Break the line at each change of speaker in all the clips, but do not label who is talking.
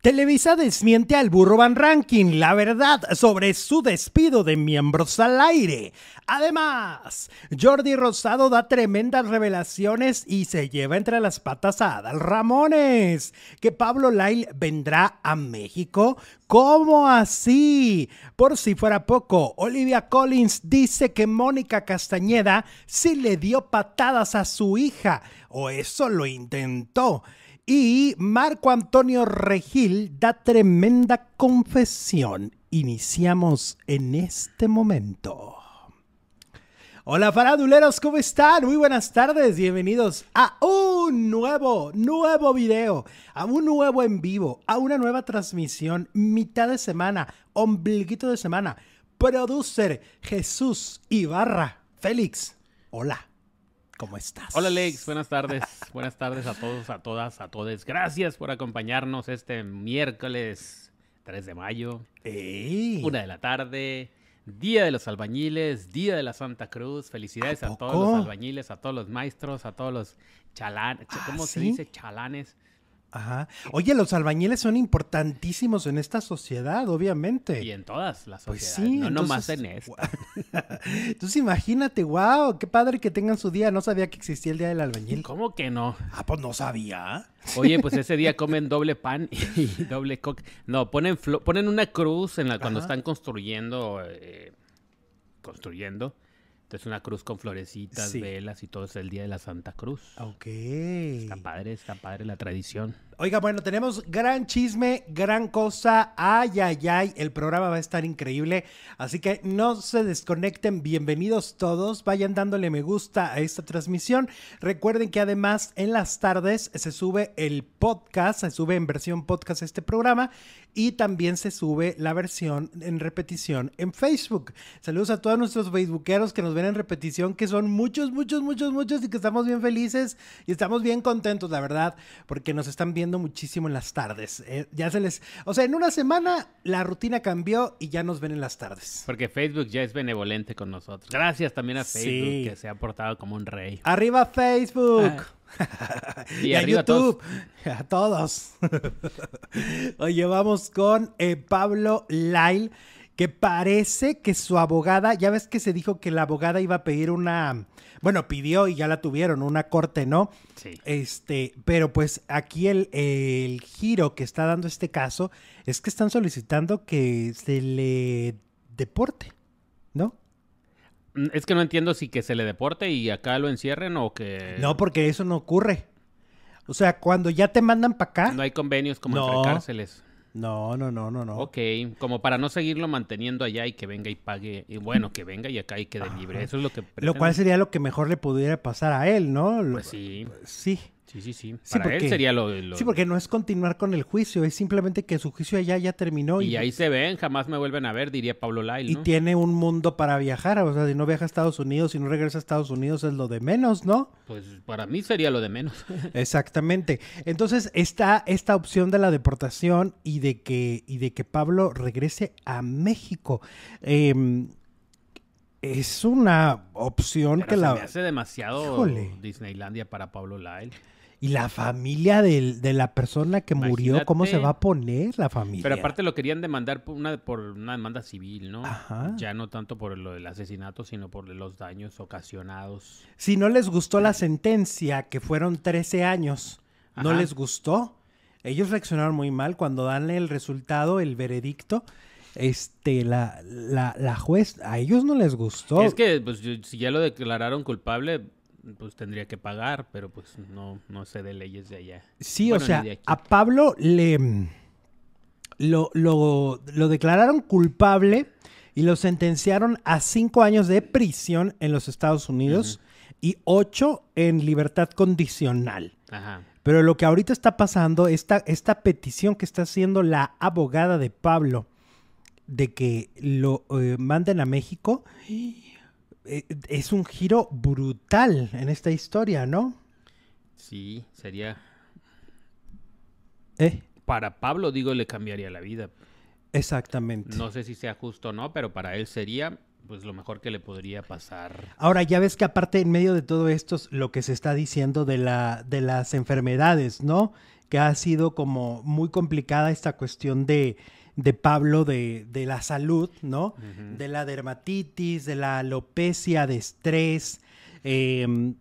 Televisa desmiente al burro Van Ranking la verdad sobre su despido de miembros al aire. Además, Jordi Rosado da tremendas revelaciones y se lleva entre las patas a Adal Ramones. Que Pablo Lail vendrá a México. ¿Cómo así? Por si fuera poco, Olivia Collins dice que Mónica Castañeda sí le dio patadas a su hija, o eso lo intentó. Y Marco Antonio Regil da tremenda confesión. Iniciamos en este momento. Hola faraduleros, ¿cómo están? Muy buenas tardes, bienvenidos a un nuevo, nuevo video, a un nuevo en vivo, a una nueva transmisión, mitad de semana, ombliguito de semana. Producer Jesús Ibarra, Félix, hola. ¿Cómo estás?
Hola Lex, buenas tardes. buenas tardes a todos, a todas, a todos. Gracias por acompañarnos este miércoles 3 de mayo,
¡Ey!
una de la tarde, Día de los Albañiles, Día de la Santa Cruz. Felicidades
¿A
a, todos
poco?
los albañiles, a todos los maestros, a todos los chalanes.
Ah,
¿Cómo se
¿sí?
dice? Chalanes.
Ajá. Oye, los albañiles son importantísimos en esta sociedad, obviamente.
Y en todas las
Eh, Pues
sociedades.
sí,
no nomás en este.
entonces-
esto.
Entonces imagínate, wow, qué padre que tengan su día. No sabía que existía el Día del Albañil.
¿Cómo que no?
Ah, pues no sabía.
Oye, pues ese día comen doble pan y doble coca. No, ponen flo- ponen una cruz en la cuando
Ajá.
están construyendo eh, construyendo. Entonces una cruz con florecitas,
Sí.
velas y todo es el día de la Santa Cruz.
Ok.
Está padre, está padre la tradición.
Oiga, bueno, tenemos gran chisme, gran cosa. Ay, ay, ay, el programa va a estar increíble. Así que no se desconecten. Bienvenidos todos. Vayan dándole me gusta a esta transmisión. Recuerden que además en las tardes se sube el podcast, se sube en versión podcast este programa y también se sube la versión en repetición en Facebook. Saludos a todos nuestros facebookeros que nos ven en repetición, que son muchos, muchos, muchos, muchos y que estamos bien felices y estamos bien contentos, la verdad, porque nos están viendo muchísimo en las tardes. Eh, ya se les, o sea, en una semana la rutina cambió y ya nos ven en las tardes.
Porque Facebook ya es benevolente con nosotros. Gracias también a Facebook
Sí.
que se ha portado como un rey.
Arriba Facebook.
Y,
Y, a
arriba todos.
YouTube. A todos. Oye, vamos con eh, Pablo Lyle, que parece que su abogada, ya ves que se dijo que la abogada iba a pedir una, bueno, pidió y ya la tuvieron, una corte, ¿no?
Sí.
Este, pero pues aquí el, el giro que está dando este caso es que están solicitando que se le deporte, ¿no?
Mm, Es que no entiendo si que se le deporte y acá lo encierren o que
No, porque eso no ocurre. O sea, cuando ya te mandan para acá.
no hay convenios como
No.
entre cárceles.
No, no, no, no, no.
Ok, como para no seguirlo manteniendo allá y que venga y pague, y bueno, que venga y acá y quede libre. Eso es lo que
Ah, Lo cual
pretenden.
sería lo que mejor le pudiera pasar a él, ¿no? Lo-
Pues sí,
Sí.
sí, sí, sí. Para
Sí, porque-
él sería lo, lo-
Sí, porque no es continuar con el juicio, es simplemente que su juicio allá ya terminó y,
Y ahí se ven, jamás me vuelven a ver, diría Pablo Lyle,
y
¿no?
tiene un mundo para viajar. O sea, si no viaja a Estados Unidos, si no regresa a Estados Unidos es lo de menos, ¿no?
Pues para mí sería lo de menos.
Exactamente. Entonces está esta opción de la deportación y de que, y de que Pablo regrese a México. Em, es una opción
Pero
que
se
la...
me hace demasiado
Híjole.
Disneylandia para Pablo Lyle.
Y la familia del- de la persona que murió, ¿cómo se
Imagínate.
va a poner la familia?
Pero aparte lo querían demandar por una, por una demanda civil, ¿no?
Ajá.
Ya no tanto por lo del asesinato, sino por los daños ocasionados.
Si no les gustó la sentencia, que fueron 13 años, no
Ajá.
les gustó. Ellos reaccionaron muy mal cuando dan el resultado, el veredicto. Este, la, la, la juez, a ellos no les gustó.
Es que, pues, yo- si ya lo declararon culpable, pues tendría que pagar, pero pues no, no sé de leyes de allá.
Sí,
Bueno,
o
ni
sea,
de aquí.
a Pablo le lo, lo- lo declararon culpable y lo sentenciaron a cinco años de prisión en los Estados Unidos y ocho en libertad condicional.
Ajá.
Pero lo que ahorita está pasando, esta, esta petición que está haciendo la abogada de Pablo de que lo eh, manden a México, eh, es un giro brutal en esta historia, ¿no?
Sí, sería...
Eh,
Para Pablo, digo, le cambiaría la vida.
exactamente.
No sé si sea justo o no, pero para él sería, pues, lo mejor que le podría pasar.
Ahora ya ves que aparte en medio de todo esto es lo que se está diciendo de la de las enfermedades, ¿no? que ha sido como muy complicada esta cuestión de, de Pablo de, de la salud, ¿no?
Ujú.
De la dermatitis, de la alopecia, de estrés. eh,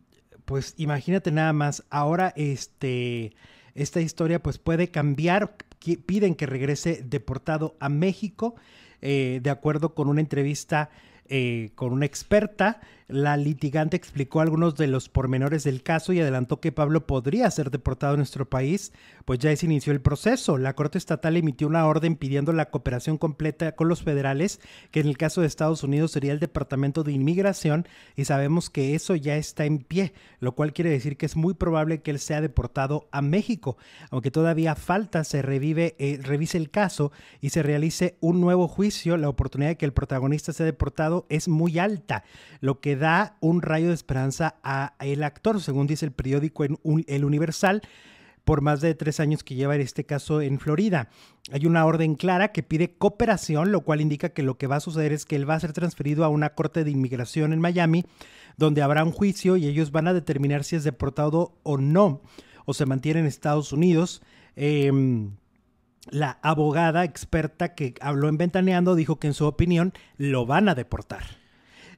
pues imagínate nada más, ahora este, esta historia pues puede cambiar, qui- piden que regrese deportado a México, eh, de acuerdo con una entrevista eh, con una experta, la litigante explicó algunos de los pormenores del caso y adelantó que Pablo podría ser deportado a nuestro país, pues ya se inició el proceso. La Corte Estatal emitió una orden pidiendo la cooperación completa con los federales, que en el caso de Estados Unidos sería el Departamento de Inmigración, y sabemos que eso ya está en pie, lo cual quiere decir que es muy probable que él sea deportado a México. Aunque todavía falta, se revive, eh, revise el caso y se realice un nuevo juicio, la oportunidad de que el protagonista sea deportado es muy alta, lo que da un rayo de esperanza a el actor, según dice el periódico en un- El Universal por más de tres años que lleva en este caso en Florida. Hay una orden clara que pide cooperación, lo cual indica que lo que va a suceder es que él va a ser transferido a una corte de inmigración en Miami, donde habrá un juicio y ellos van a determinar si es deportado o no, o se mantiene en Estados Unidos. Em, la abogada experta que habló en Ventaneando dijo que en su opinión lo van a deportar.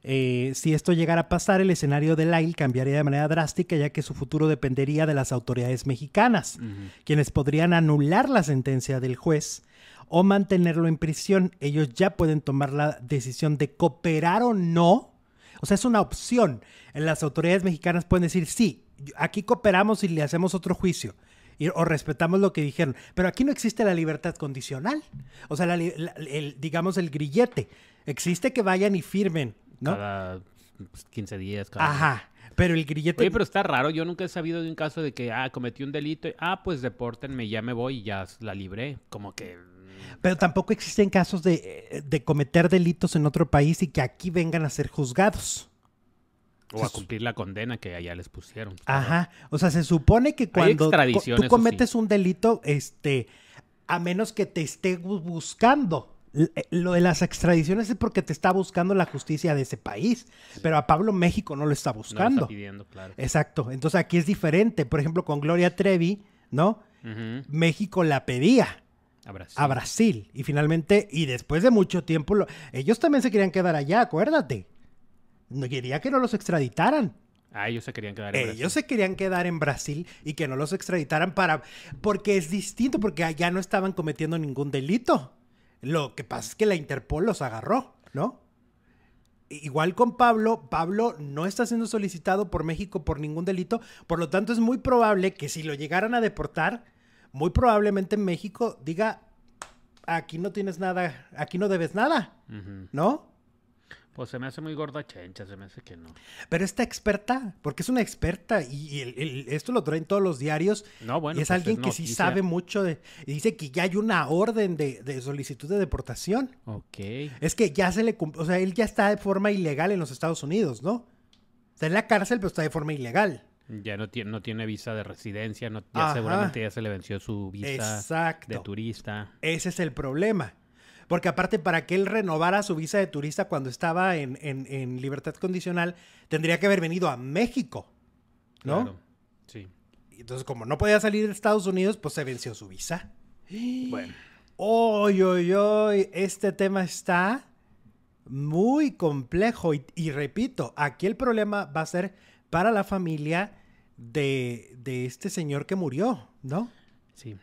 Eh, si esto llegara a pasar, el escenario de Lyle cambiaría de manera drástica ya que su futuro dependería de las autoridades mexicanas, quienes podrían anular la sentencia del juez o mantenerlo en prisión. Ellos ya pueden tomar la decisión de cooperar o no. O sea, es una opción. Las autoridades mexicanas pueden decir, sí, aquí cooperamos y le hacemos otro juicio. y- o respetamos lo que dijeron. Pero aquí no existe la libertad condicional. O sea, la li- la- el- digamos el grillete. Existe que vayan y firmen, ¿no?
Cada pues, 15 días. Cada
Ajá. Pero el grillete.
Oye, pero está raro. Yo nunca he sabido de un caso de que, ah, cometí un delito. y, ah, pues depórtenme, ya me voy y ya la libré. Como que... mm,
Pero tampoco existen casos de, eh, de cometer delitos en otro país y que aquí vengan a ser juzgados.
O
Pues,
a cumplir la condena que allá les pusieron.
Ajá. O sea, se supone que cuando co-
extradición,
tú
eso
cometes un delito, este, a menos que te esté bu- buscando. L- eh, Lo de las extradiciones es porque te está buscando la justicia de ese país. Pero a Pablo México no lo está
No lo
buscando.
está pidiendo, claro.
Exacto. Entonces aquí es diferente. Por ejemplo, con Gloria Trevi, ¿no?
Ujú.
México la pedía.
A Brasil.
a Brasil. Y finalmente, y después de mucho tiempo, lo- ellos también se querían quedar allá, acuérdate. No quería que no los extraditaran.
Ah, ellos se querían quedar en Brasil.
Eh, Ellos se querían quedar en Brasil y que no los extraditaran para... Porque es distinto, porque allá no estaban cometiendo ningún delito. Lo que pasa es que la Interpol los agarró, ¿no? I- Igual con Pablo, Pablo no está siendo solicitado por México por ningún delito, por lo tanto es muy probable que si lo llegaran a deportar, muy probablemente México diga, aquí no tienes nada, aquí no debes nada,
Ujú.
¿no?
Pues se me hace muy gorda chencha, se me hace que no.
Pero esta experta, porque es una experta y, y el- el- esto lo traen todos los diarios
No, bueno.
y es
pues,
alguien que sí
noticia.
sabe mucho de- y dice que ya hay una orden de, de solicitud de deportación.
Ok.
Es que ya se le cum- o sea, él ya está de forma ilegal en los Estados Unidos, ¿no? Está en la cárcel, pero está de forma ilegal.
Ya no tiene, no tiene visa de residencia, no, ya
Ajá.
seguramente ya se le venció su visa de
Exacto.
turista.
Ese es el problema. Porque aparte, para que él renovara su visa de turista cuando estaba en, en- en libertad condicional, tendría que haber venido a México, ¿no?
Claro. Sí.
Entonces, como no podía salir de Estados Unidos, pues se venció su visa.
Bueno.
Oy, oy, oy, este tema está muy complejo y, y repito, aquí el problema va a ser para la familia de, de este señor que murió, ¿no?
Sí.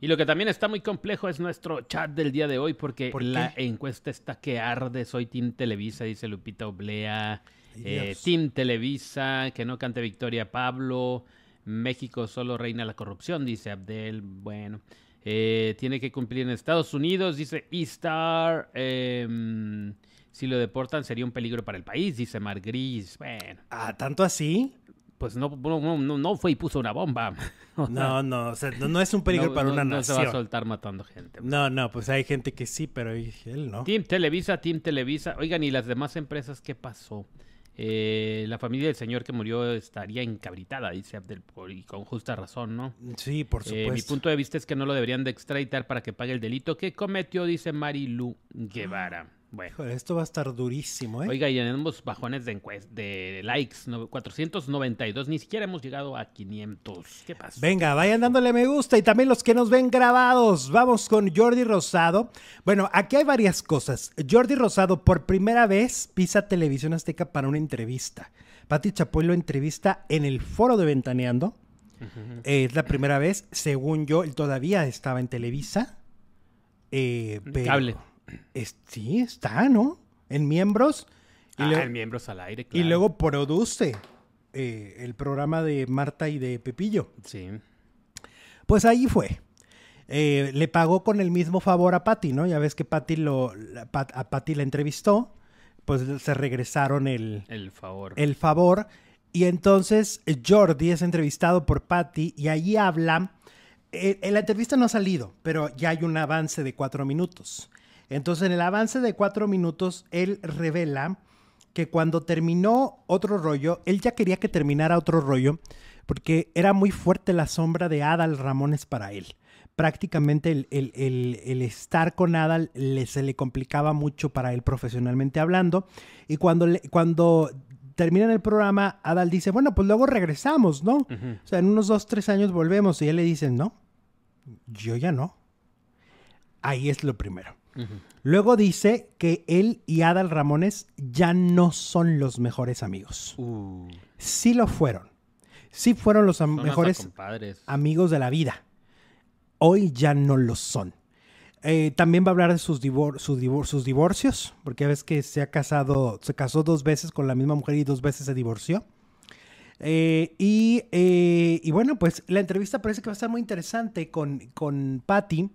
Y lo que también está muy complejo es nuestro chat del día de hoy, porque
¿Por
la
qué?
encuesta está que arde. Soy Team Televisa, dice Lupita Oblea.
Ay,
Eh,
Dios.
Team Televisa, que no cante Victoria Pablo. México solo reina la corrupción, dice Abdel. Bueno, eh, tiene que cumplir en Estados Unidos, dice E-Star. Em, si lo deportan sería un peligro para el país, dice Mar Gris. Bueno,
Ah, tanto así.
pues no, no, no, no fue y puso una bomba.
No, no, o sea, no, no es un peligro
No-
para
no-
una
no se va a
nación.
soltar matando gente.
No, no, pues hay gente que sí, pero él no.
Team Televisa, Team Televisa. Oigan, ¿y las demás empresas qué pasó? Eh, la familia del señor que murió estaría encabritada, dice Abdel, por- y con justa razón, ¿no?
Sí, por
Eh, mi
supuesto.
punto de vista es que no lo deberían de extraditar para que pague el delito que cometió, dice Marilu Guevara. Bueno.
Híjole, esto va a estar durísimo, ¿eh?
Oiga, y tenemos bajones de, encuest- de likes, no- 492, ni siquiera hemos llegado a 500. ¿Qué pasa?
Venga, vayan dándole me gusta y también los que nos ven grabados. Vamos con Jordi Rosado. Bueno, aquí hay varias cosas. Jordi Rosado por primera vez pisa Televisión Azteca para una entrevista. Pati Chapoy lo entrevista en el foro de Ventaneando. Eh, es la primera vez, según yo, él todavía estaba en Televisa. Eh, pero-
Cable.
Es- sí, está, ¿no? En miembros. Y
Ah,
luego-
el miembros al aire,
y
claro.
luego produce eh, el programa de Marta y de Pepillo.
Sí.
Pues ahí fue. Eh, le pagó con el mismo favor a Patty, ¿no? Ya ves que Patty lo, la- Pat- a Patty la entrevistó, pues se regresaron el,
El favor.
el favor. Y entonces eh, Jordi es entrevistado por Patty y ahí habla. eh, en la entrevista no ha salido, pero ya hay un avance de cuatro minutos. Entonces, en el avance de cuatro minutos, él revela que cuando terminó otro rollo, él ya quería que terminara otro rollo, porque era muy fuerte la sombra de Adal Ramones para él. Prácticamente el, el- el- el estar con Adal le- se le complicaba mucho para él profesionalmente hablando. Y cuando, le- cuando terminan el programa, Adal dice, bueno, pues luego regresamos, ¿no?
Ujú.
O sea, en unos dos, tres años volvemos. Y él le dice, no, yo ya no. Ahí es lo primero.
Ujú.
Luego dice que él y Adal Ramones ya no son los mejores amigos.
Uh,
Sí lo fueron. Sí fueron los am-
son hasta
mejores
compadres.
amigos de la vida. Hoy ya no lo son. Eh, también va a hablar de sus, divor- sus divor- sus divorcios, porque ya ves que se ha casado, se casó dos veces con la misma mujer y dos veces se divorció. Eh, y, eh, y bueno, pues la entrevista parece que va a estar muy interesante con, con Patty.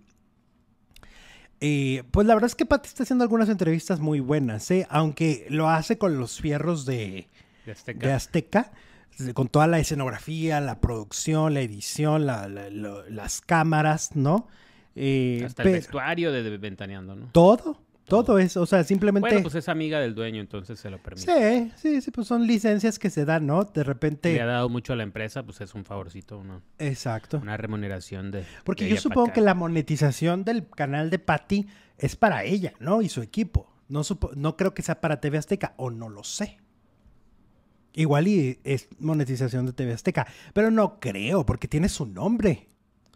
Eh, pues la verdad es que Patty está haciendo algunas entrevistas muy buenas, ¿eh? aunque lo hace con los fierros de,
de Azteca.
de Azteca, se- con toda la escenografía, la producción, la edición, la- la- lo- las cámaras, ¿no? Eh,
Hasta
pe-
el vestuario de, de Ventaneando, ¿no?
todo, todo eso, o sea, simplemente...
Bueno, pues es amiga del dueño, entonces se lo permite.
sí, sí, sí, pues son licencias que se dan, ¿no? De
Le ha
repente...
dado mucho a la empresa, pues es un favorcito, una,
Exacto.
una remuneración de.
Porque
de
yo
ella pa'
supongo
acá.
que la monetización del canal de Patty es para ella, ¿no? Y su equipo. No, supo- no creo que sea para TV Azteca, o no lo sé. Igual y es monetización de TV Azteca, pero no creo, porque tiene su nombre,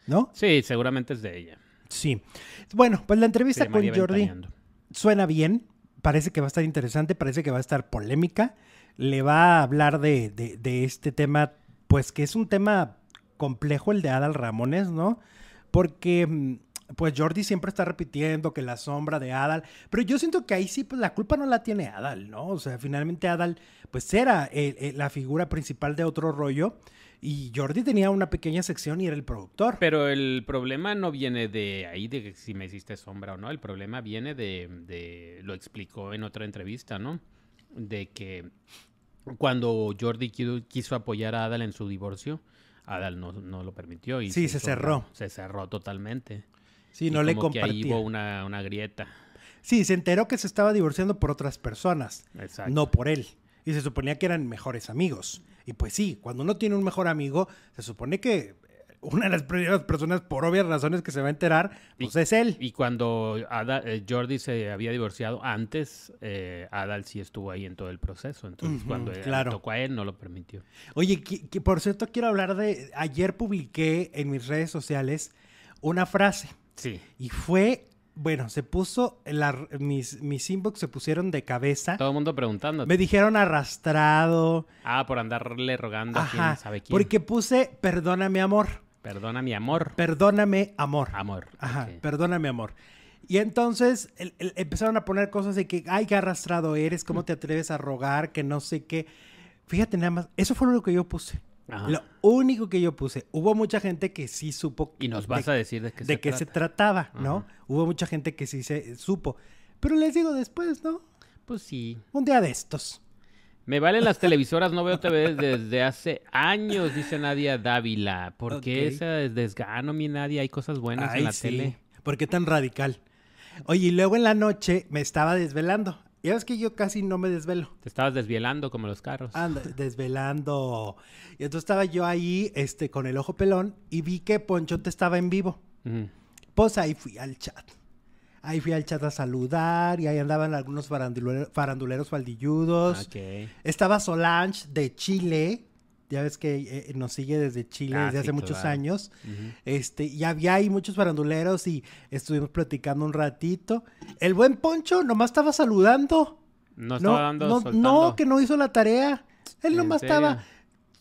¿no?
Sí, seguramente es de ella.
Sí. Bueno, pues la
Se
entrevista con
llamaría
Jordi
Ventaneando.
suena bien, parece que va a estar interesante, parece que va a estar polémica, le va a hablar de, de- de este tema, pues que es un tema complejo el de Adal Ramones, ¿no? Porque mm, pues Jordi siempre está repitiendo que la sombra de Adal, pero yo siento que ahí sí, pues la culpa no la tiene Adal, ¿no? O sea, finalmente Adal pues era eh, eh, la figura principal de otro rollo y Jordi tenía una pequeña sección y era el productor.
Pero el problema no viene de ahí, de que si me hiciste sombra o no. El problema viene de, de- lo explicó en otra entrevista, ¿no? De que cuando Jordi quiso, quiso apoyar a Adal en su divorcio, Adal no, no lo permitió. Y
Sí, se
hizo
cerró.
una- se cerró totalmente.
Sí,
Y
no le
como que ahí
compartía.
hubo una, una grieta.
Sí, se enteró que se estaba divorciando por otras personas,
Exacto.
no por él. Y se suponía que eran mejores amigos. Y pues sí, cuando uno tiene un mejor amigo, se supone que eh, una de las primeras personas, por obvias razones, que se va a enterar, pues
Y-
es él.
Y cuando Ada- eh, Jordi se había divorciado antes, eh, Adal sí estuvo ahí en todo el proceso. Entonces,
Ujú,
cuando eh, le
claro.
tocó a él, no lo permitió.
Oye, que, que por cierto, quiero hablar de... Ayer publiqué en mis redes sociales una frase.
Sí.
Y fue... Bueno, se puso... la- mis, mis inbox se pusieron de cabeza.
Todo el mundo preguntando.
Me dijeron arrastrado.
Ah, por andarle rogando a
Ajá.
quién sabe quién.
Porque puse, perdóname amor.
Perdona mi amor.
Perdóname, amor.
Amor.
Ajá,
ok.
perdóname, amor. Y entonces el- el- empezaron a poner cosas de que, ay, qué arrastrado eres,
Mm.
cómo te atreves a rogar, que no sé qué. Fíjate nada más, eso fue lo que yo puse.
Ajá.
Lo único que yo puse. Hubo mucha gente que sí supo
Y nos
de-
vas a decir de qué
de
se
qué se
trata.
trataba, ¿no?
Ajá.
Hubo mucha gente que sí se supo. Pero les digo después, ¿no?
Pues sí.
Un día de estos.
Me valen las televisoras, no veo TV desde hace años, dice Nadia Dávila. ¿Por qué
Ok.
ese desgano, mi Nadia? Hay cosas buenas en la
sí.
tele.
¿Por qué tan radical? Oye, y luego en la noche me estaba desvelando. Ya ves que yo casi no me desvelo.
Te estabas desvielando como los carros.
Anda, desvelando. Y entonces estaba yo ahí, este, con el ojo pelón y vi que Ponchote estaba en vivo.
Ujú.
Pues ahí fui al chat. Ahí fui al chat a saludar y ahí andaban algunos farandulero- faranduleros faldilludos.
Ok.
Estaba Solange de Chile. Ya ves que eh, nos sigue desde Chile
Ah,
desde
sí,
hace muchos
claro.
años.
Ujú.
Este, y había ahí muchos faranduleros y estuvimos platicando un ratito. El buen Poncho nomás estaba saludando.
No estaba
No,
dando
no,
soltando.
no, que no hizo la tarea. Él
¿En
nomás
serio?
estaba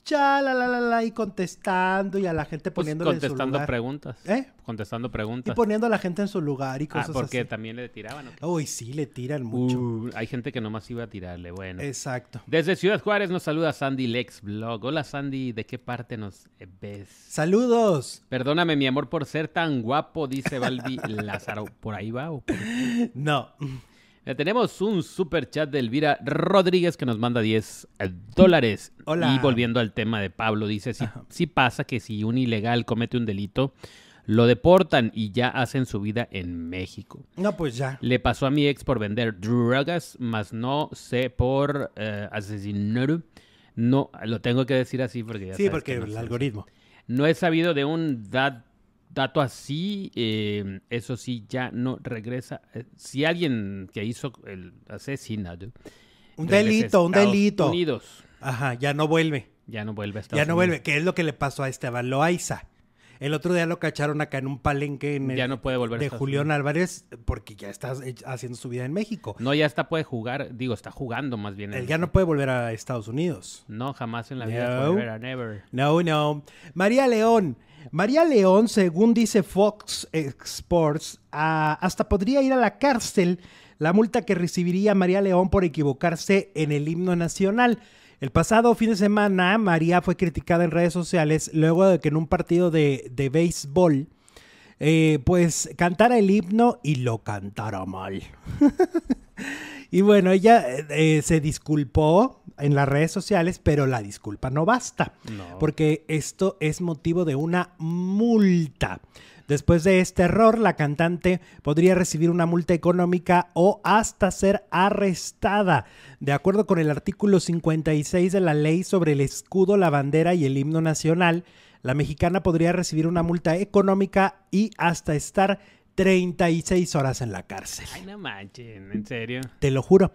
cha la la la la y contestando y a la gente
Pues,
poniéndole en su
contestando
lugar.
preguntas.
¿Eh?
Contestando
Y
preguntas.
poniendo a la gente en su lugar y
Ah,
cosas
porque
así.
también le tiraban. ¿o qué?
Uy, sí, le tiran mucho.
Uh, hay gente que nomás iba a tirarle, bueno.
Exacto.
Desde Ciudad Juárez nos saluda Sandy Lex Blog. Hola Sandy, ¿de qué parte nos eh, ves?
Saludos.
Perdóname, mi amor, por ser tan guapo, dice Balbi Lázaro. ¿Por ahí va? o por-
No.
Eh, Tenemos un super chat de Elvira Rodríguez que nos manda 10 dólares.
Hola.
Y volviendo al tema de Pablo, dice, si, si pasa que si un ilegal comete un delito, lo deportan y ya hacen su vida en México.
No, pues ya.
Le pasó a mi ex por vender drogas, más no sé por eh, asesinar. No, lo tengo que decir así porque ya
Sí,
sabes
porque
que no
el
sé.
algoritmo.
No he sabido de un da- dato así. eh, eso sí, ya no regresa. Eh, si alguien que hizo el asesinato.
Un
regresa a
delito, un
Estados
delito.
Unidos,
Ajá, ya no vuelve.
ya no vuelve a Estados
Ya no
Unidos.
vuelve. ¿Qué es lo que le pasó a Esteban Loaiza? El otro día lo cacharon acá en un palenque en el-
Ya no puede volver a
de
Estados
Julián Álvarez porque ya está eh, haciendo su vida en México.
No, ya está, puede jugar. Digo, está jugando más bien. en-
Él ya no puede volver a Estados Unidos.
No, jamás en la vida.
No.
Forever and ever.
No, no. María León. María León, según dice Fox Sports, ah, hasta podría ir a la cárcel la multa que recibiría María León por equivocarse en el himno nacional. El pasado fin de semana, María fue criticada en redes sociales luego de que en un partido de, de béisbol, eh, pues cantara el himno y lo cantara mal. Y bueno, ella eh, eh, se disculpó en las redes sociales, pero la disculpa no basta,
No.
porque esto es motivo de una multa. Después de este error, la cantante podría recibir una multa económica o hasta ser arrestada. De acuerdo con el artículo 56 de la ley sobre el escudo, la bandera y el himno nacional, la mexicana podría recibir una multa económica y hasta estar 36 horas en la cárcel.
Ay, no manchen, en serio.
Te lo juro.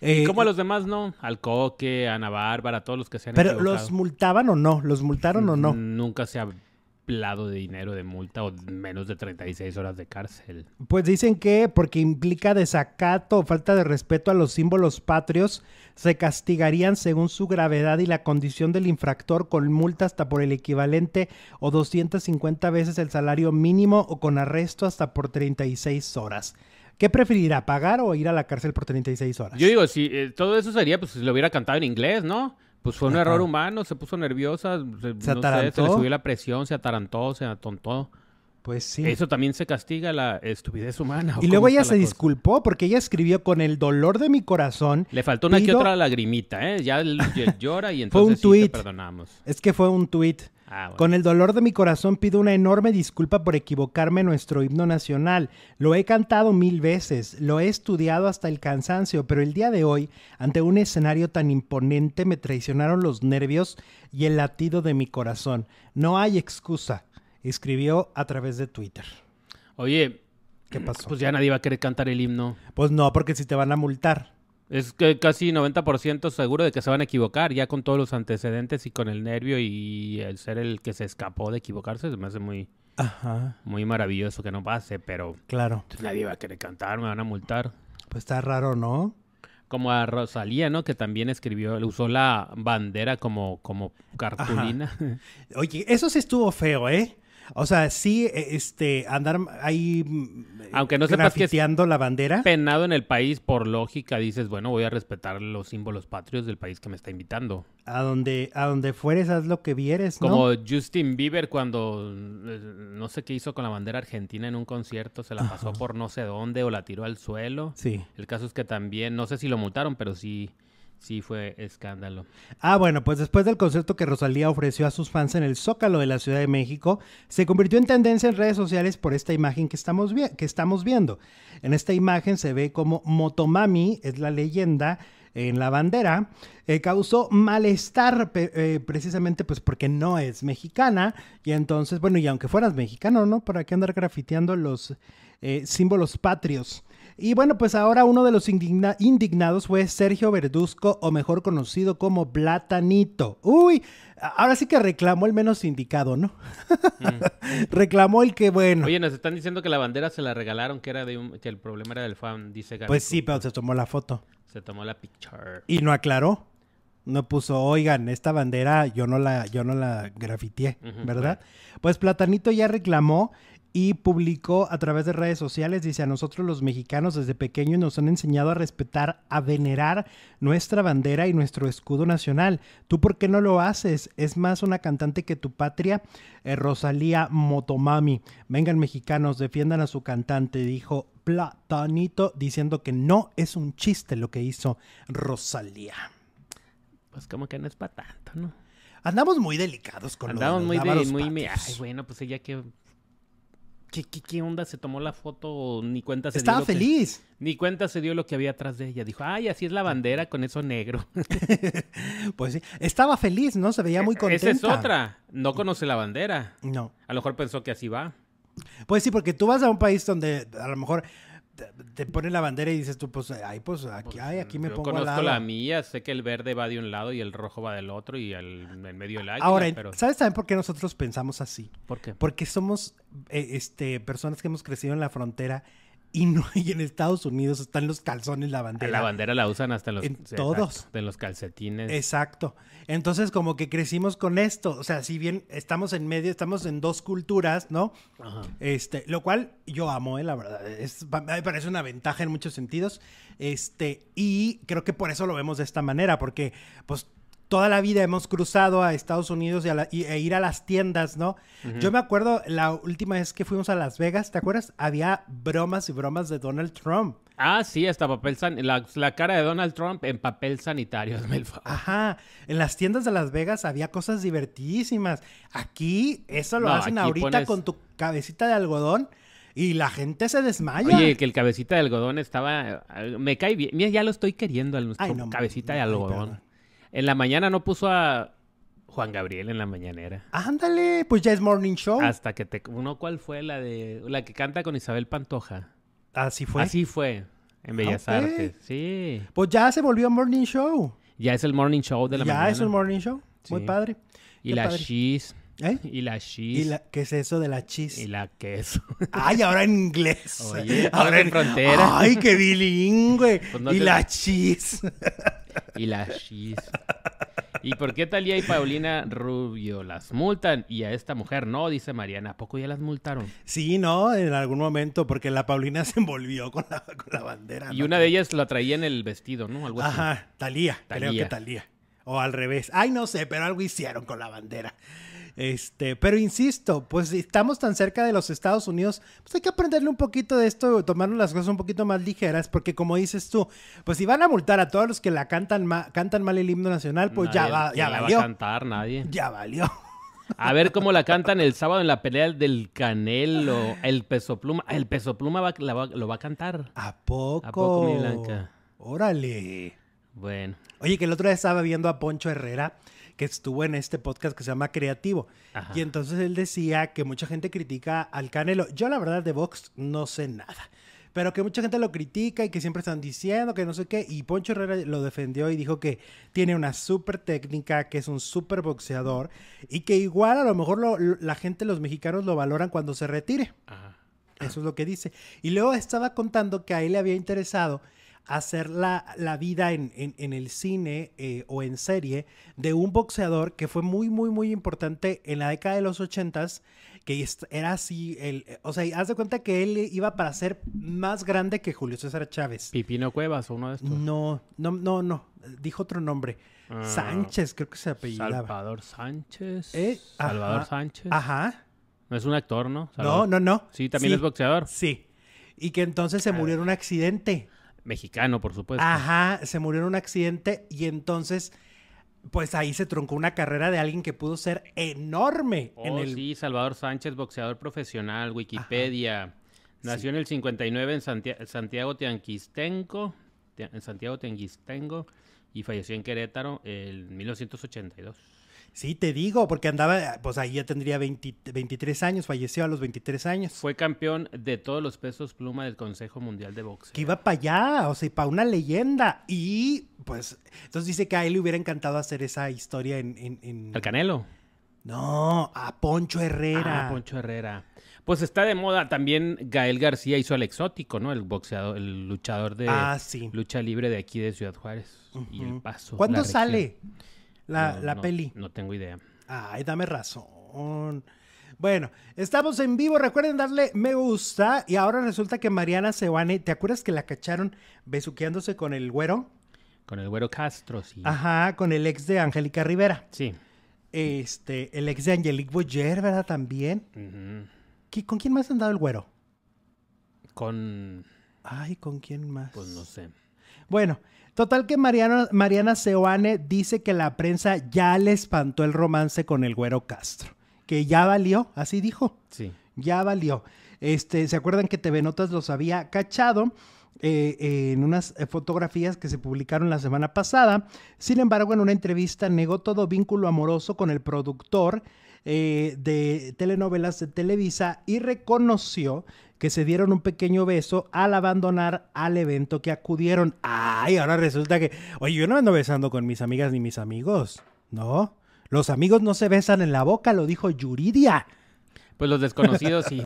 ¿Y
Eh,
cómo a los demás no? Al Coque, a Ana Bárbara, a todos los que se han
Pero
equivocado.
los multaban o no, los multaron o
Mm,
no.
Nunca se ha hablado de dinero de multa o menos de 36 horas de cárcel.
Pues dicen que porque implica desacato o falta de respeto a los símbolos patrios, se castigarían según su gravedad y la condición del infractor con multa hasta por el equivalente o 250 veces el salario mínimo o con arresto hasta por 36 horas. ¿Qué preferirá, pagar o ir a la cárcel por 36 horas?
Yo digo, si eh, todo eso sería, pues si lo hubiera cantado en inglés, ¿no? Pues fue un
Ajá.
error humano, se puso nerviosa, se, no sé, se le
atarantó.
subió la presión, se atarantó, se atontó.
Pues sí.
Eso también se castiga la estupidez humana. ¿o
Y luego
cómo
ella
está
se
la cosa?
disculpó porque ella escribió con el dolor de mi corazón
Le faltó una que
Pido-
otra lagrimita, ¿eh? Ya l- llora y
Fue un
entonces sí te
tuit.
perdonamos.
Es que fue un tuit.
Ah, bueno.
Con el dolor de mi corazón pido una enorme disculpa por equivocarme en nuestro himno nacional. Lo he cantado mil veces, lo he estudiado hasta el cansancio, pero el día de hoy, ante un escenario tan imponente, me traicionaron los nervios y el latido de mi corazón. No hay excusa, escribió a través de Twitter.
Oye,
¿Qué pasó?
pues ya nadie va a querer cantar el himno.
Pues no, porque si te van a multar.
Es que casi 90% seguro de que se van a equivocar, ya con todos los antecedentes y con el nervio y el ser el que se escapó de equivocarse, se me hace muy,
Ajá,
muy maravilloso que no pase, pero pues,
claro.
nadie va a querer cantar, me van a multar.
Pues está raro, ¿no?
Como a Rosalía, ¿no? Que también escribió, usó la bandera como, como cartulina.
Oye, eso sí estuvo feo, ¿eh? O sea, sí, eh, este, andar ahí mm,
Aunque no sepas que es-
grafiteando la bandera.
Penado en el país, por lógica, dices, bueno, voy a respetar los símbolos patrios del país que me está invitando.
A donde, a donde fueres, haz lo que vieres, ¿no?
Como Justin Bieber cuando eh, no sé qué hizo con la bandera argentina en un concierto, se la pasó por no sé dónde o la tiró al suelo.
Sí.
El caso es que también, no sé si lo multaron, pero sí, sí fue escándalo.
Ah, bueno, pues después del concierto que Rosalía ofreció a sus fans en el Zócalo de la Ciudad de México, se convirtió en tendencia en redes sociales por esta imagen que estamos, vi- que estamos viendo. En esta imagen se ve como Motomami, es la leyenda, en la bandera, eh, causó malestar eh, precisamente pues porque no es mexicana y entonces, bueno, y aunque fueras mexicano, ¿no? ¿Para qué andar grafiteando los eh, símbolos patrios? Y bueno, pues ahora uno de los indigna indignados fue Sergio Verduzco, o mejor conocido como Platanito. Uy, ahora sí que reclamó el menos indicado, ¿no? Mm. reclamó el que bueno.
Oye, nos están diciendo que la bandera se la regalaron, que era de un, que el problema era del fan, dice Gaby.
Pues sí, pero se tomó la foto.
Se tomó la picture.
Y no aclaró. No puso, oigan, esta bandera yo no la, yo no la grafiteé, uh -huh, ¿verdad? Bueno. Pues Platanito ya reclamó y publicó a través de redes sociales, dice, a nosotros los mexicanos desde pequeños nos han enseñado a respetar, a venerar nuestra bandera y nuestro escudo nacional. ¿Tú por qué no lo haces? Es más una cantante que tu patria, eh, Rosalía Motomami. Vengan mexicanos, defiendan a su cantante, dijo Platanito, diciendo que no es un chiste lo que hizo Rosalía.
Pues como que no es para tanto, ¿no?
Andamos muy delicados con
Andamos los, muy, de, muy me... Ay, bueno, pues ella que ¿Qué, ¿Qué, qué, onda? ¿Se tomó la foto? Ni cuenta se
Estaba
dio
feliz.
Que, ni cuenta se dio lo que había atrás de ella. Dijo, ay, así es la bandera con eso negro.
pues sí. Estaba feliz, ¿no? Se veía muy contenta.
E-, Esa es otra. No conoce la bandera.
No.
A lo mejor pensó que así va.
Pues sí, porque tú vas a un país donde a lo mejor te, te ponen la bandera y dices tú, pues, ay, pues aquí, ay, aquí me
Yo
pongo
conozco
al lado.
la mía, sé que el verde va de un lado y el rojo va del otro y el, en medio el águila,
Ahora,
pero...
¿sabes también por qué nosotros pensamos así?
¿Por qué?
Porque somos eh, este, personas que hemos crecido en la frontera y, no, y en Estados Unidos están los calzones, la bandera.
La bandera la usan hasta los,
en todos.
de los calcetines.
Exacto. Entonces, como que crecimos con esto. O sea, si bien estamos en medio, estamos en dos culturas, ¿no? Ajá. Este, lo cual yo amo, ¿eh? la verdad. Es, me parece una ventaja en muchos sentidos. Este, y creo que por eso lo vemos de esta manera, porque, pues, toda la vida hemos cruzado a Estados Unidos y, a la, y e ir a las tiendas, ¿no? Uh -huh. Yo me acuerdo la última vez que fuimos a Las Vegas, ¿te acuerdas? Había bromas y bromas de Donald Trump.
Ah, sí, hasta papel san la, la, cara de Donald Trump en papel sanitario, el favor.
Ajá, en las tiendas de Las Vegas había cosas divertidísimas. Aquí eso lo no, hacen ahorita pones... con tu cabecita de algodón. Y la gente se desmaya.
Oye, que el cabecita de algodón estaba... eh, Me cae bien. Mira, ya lo estoy queriendo al nuestro Ay, no, cabecita de algodón. No, en la mañana no puso a Juan Gabriel en la mañanera.
Ándale, pues ya es morning show.
Hasta que te uno cuál fue la de la que canta con Isabel Pantoja.
Así fue.
Así fue en Bellas okay. Artes. Sí.
Pues ya se volvió morning show.
Ya es el morning show de la
ya
mañana.
Ya es el morning show. Sí. Muy padre.
Y la chis. ¿Eh? Y la cheese.
¿Y la, ¿Qué es eso de la cheese?
Y la queso.
Ay, ahora en inglés.
Oye,
ahora
en frontera.
Ay, qué bilingüe. Pues no y, te... la y la cheese.
Y la cheese. ¿Y por qué Talía y Paulina Rubio las multan y a esta mujer no? Dice Mariana. ¿A poco ya las multaron?
Sí, no, en algún momento, porque la Paulina se envolvió con la, con la bandera.
Y
Ah, ¿no?
una de ellas la traía en el vestido, ¿no? Algo
Ajá, así. Talía, Talía. Creo que Talía. O al revés. Ay, no sé, pero algo hicieron con la bandera. Este, pero insisto, pues si estamos tan cerca de los Estados Unidos, pues hay que aprenderle un poquito de esto, tomarnos las cosas un poquito más ligeras, porque como dices tú, pues si van a multar a todos los que la cantan, ma cantan mal el himno nacional, pues
nadie,
ya, va, ya
la
valió.
Va a cantar nadie.
Ya valió.
A ver cómo la cantan el sábado en la pelea del Canelo, el Peso Pluma. El Peso Pluma va, la va, lo va a cantar.
¿A poco?
¿A poco, mi Blanca?
Órale.
Bueno.
Oye, que el otro día estaba viendo a Poncho Herrera que estuvo en este podcast que se llama Creativo. Ajá. Y entonces él decía que mucha gente critica al Canelo. Yo la verdad de Vox no sé nada. Pero que mucha gente lo critica y que siempre están diciendo que no sé qué. Y Poncho Herrera lo defendió y dijo que tiene una súper técnica, que es un súper boxeador y que igual a lo mejor lo, lo, la gente, los mexicanos, lo valoran cuando se retire. Ajá. Eso es lo que dice. Y luego estaba contando que a él le había interesado hacer la, la, vida en, en, en el cine eh, o en serie de un boxeador que fue muy, muy, muy importante en la década de los ochentas, que era así, el, o sea, haz de cuenta que él iba para ser más grande que Julio César Chávez.
Pipino Cuevas o uno de estos.
No, no, no, no, dijo otro nombre. Ah, Sánchez, creo que se apellidaba.
Salvador Sánchez.
Eh,
Salvador
ajá,
Sánchez.
Ajá.
No es un actor, ¿no?
Salvador. No, no, no.
Sí, también
sí,
es boxeador.
Sí. Y que entonces se murió en un accidente
mexicano, por supuesto.
Ajá, se murió en un accidente y entonces, pues ahí se truncó una carrera de alguien que pudo ser enorme.
Oh,
en el...
sí, Salvador Sánchez, boxeador profesional, Wikipedia. Ajá. Nació sí. en el 59 en Santiago, Santiago Tianquistenco, Santia- en Santiago Tenguistengo y falleció en Querétaro en 1982.
Sí, te digo, porque andaba, pues ahí ya tendría 20 23 años, falleció a los 23 años.
Fue campeón de todos los pesos pluma del Consejo Mundial de Boxeo.
Que iba para allá, o sea, para una leyenda. Y pues, entonces dice que a él le hubiera encantado hacer esa historia en... en- en-
¿Al Canelo?
No, a Poncho Herrera.
Ah, Poncho Herrera. Pues está de moda también Gael García hizo al exótico, ¿no? El boxeador, el luchador de
Ah, sí.
lucha libre de aquí de Ciudad Juárez y El Paso.
¿Cuándo
la región.
sale la,
No,
la
no-
peli?
No tengo idea.
Ay, dame razón. Bueno, estamos en vivo. Recuerden darle me gusta. Y ahora resulta que Mariana Sebane, ¿te acuerdas que la cacharon besuqueándose con el güero?
Con el güero Castro, sí.
Ajá, con el ex de Angélica Rivera.
Sí.
Este, el ex de Angelique Boyer, ¿verdad? También.
Ujú.
¿Qui- ¿Con quién más han dado el güero?
Con.
Ay, ¿con quién más?
Pues no sé.
Bueno, total que Mariana, Mariana Seoane dice que la prensa ya le espantó el romance con el güero Castro. Que ya valió, así dijo.
Sí.
Ya valió. Este, ¿se acuerdan que TV Notas los había cachado? eh, eh, en unas eh, fotografías que se publicaron la semana pasada. Sin embargo, en una entrevista negó todo vínculo amoroso con el productor eh, de telenovelas de Televisa y reconoció que se dieron un pequeño beso al abandonar al evento que acudieron. Ay, ahora resulta que, oye, yo no me ando besando con mis amigas ni mis amigos, ¿no? Los amigos no se besan en la boca, lo dijo Yuridia.
Pues los desconocidos sí.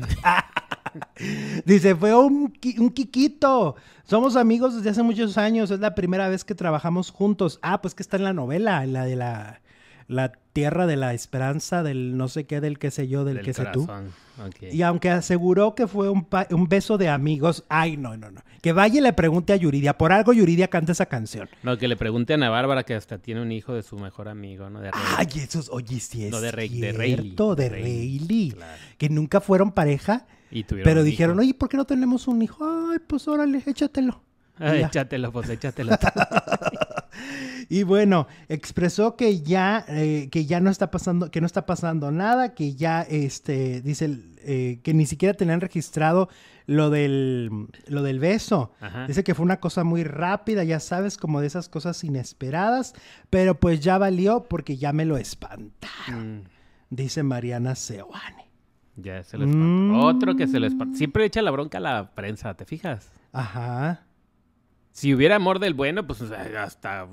Dice, fue un, qui- un quiquito. Somos amigos desde hace muchos años. Es la primera vez que trabajamos juntos. Ah, pues que está en la novela, en la de la, la tierra de la esperanza, del no sé qué, del qué sé yo, del,
del
qué sé
corazón. Ok.
tú. Y aunque aseguró que fue un, pa- un beso de amigos, ay, no, no, no. Que vaya y le pregunte a Yuridia. Por algo Yuridia canta esa canción.
No, que le pregunten a Bárbara que hasta tiene un hijo de su mejor amigo, ¿no? De Rey.
Ay, Jesús, oye, sí es
No, de Rey- de Reilly.
cierto, de
De Reilly,
Reilly.
claro.
Que nunca fueron pareja,
Y tuvieron
pero
un
dijeron,
hijo.
oye, ¿por qué no tenemos un hijo? Ay, pues órale, échatelo. Y
Ay,
ya.
échatelo, pues échatelo.
Y bueno, expresó que ya, eh, que ya no está pasando, que no está pasando nada, que ya, este, dice, el, eh, que ni siquiera tenían registrado lo del, lo del beso.
Ajá.
Dice que fue una cosa muy rápida, ya sabes, como de esas cosas inesperadas, pero pues ya valió porque ya me lo espanta,
Mm.
dice Mariana Seoane.
Ya se lo espantó.
Mm.
Otro que se lo espantó. Siempre echa la bronca a la prensa, ¿te fijas?
Ajá.
Si hubiera amor del bueno, pues o sea, hasta. uh,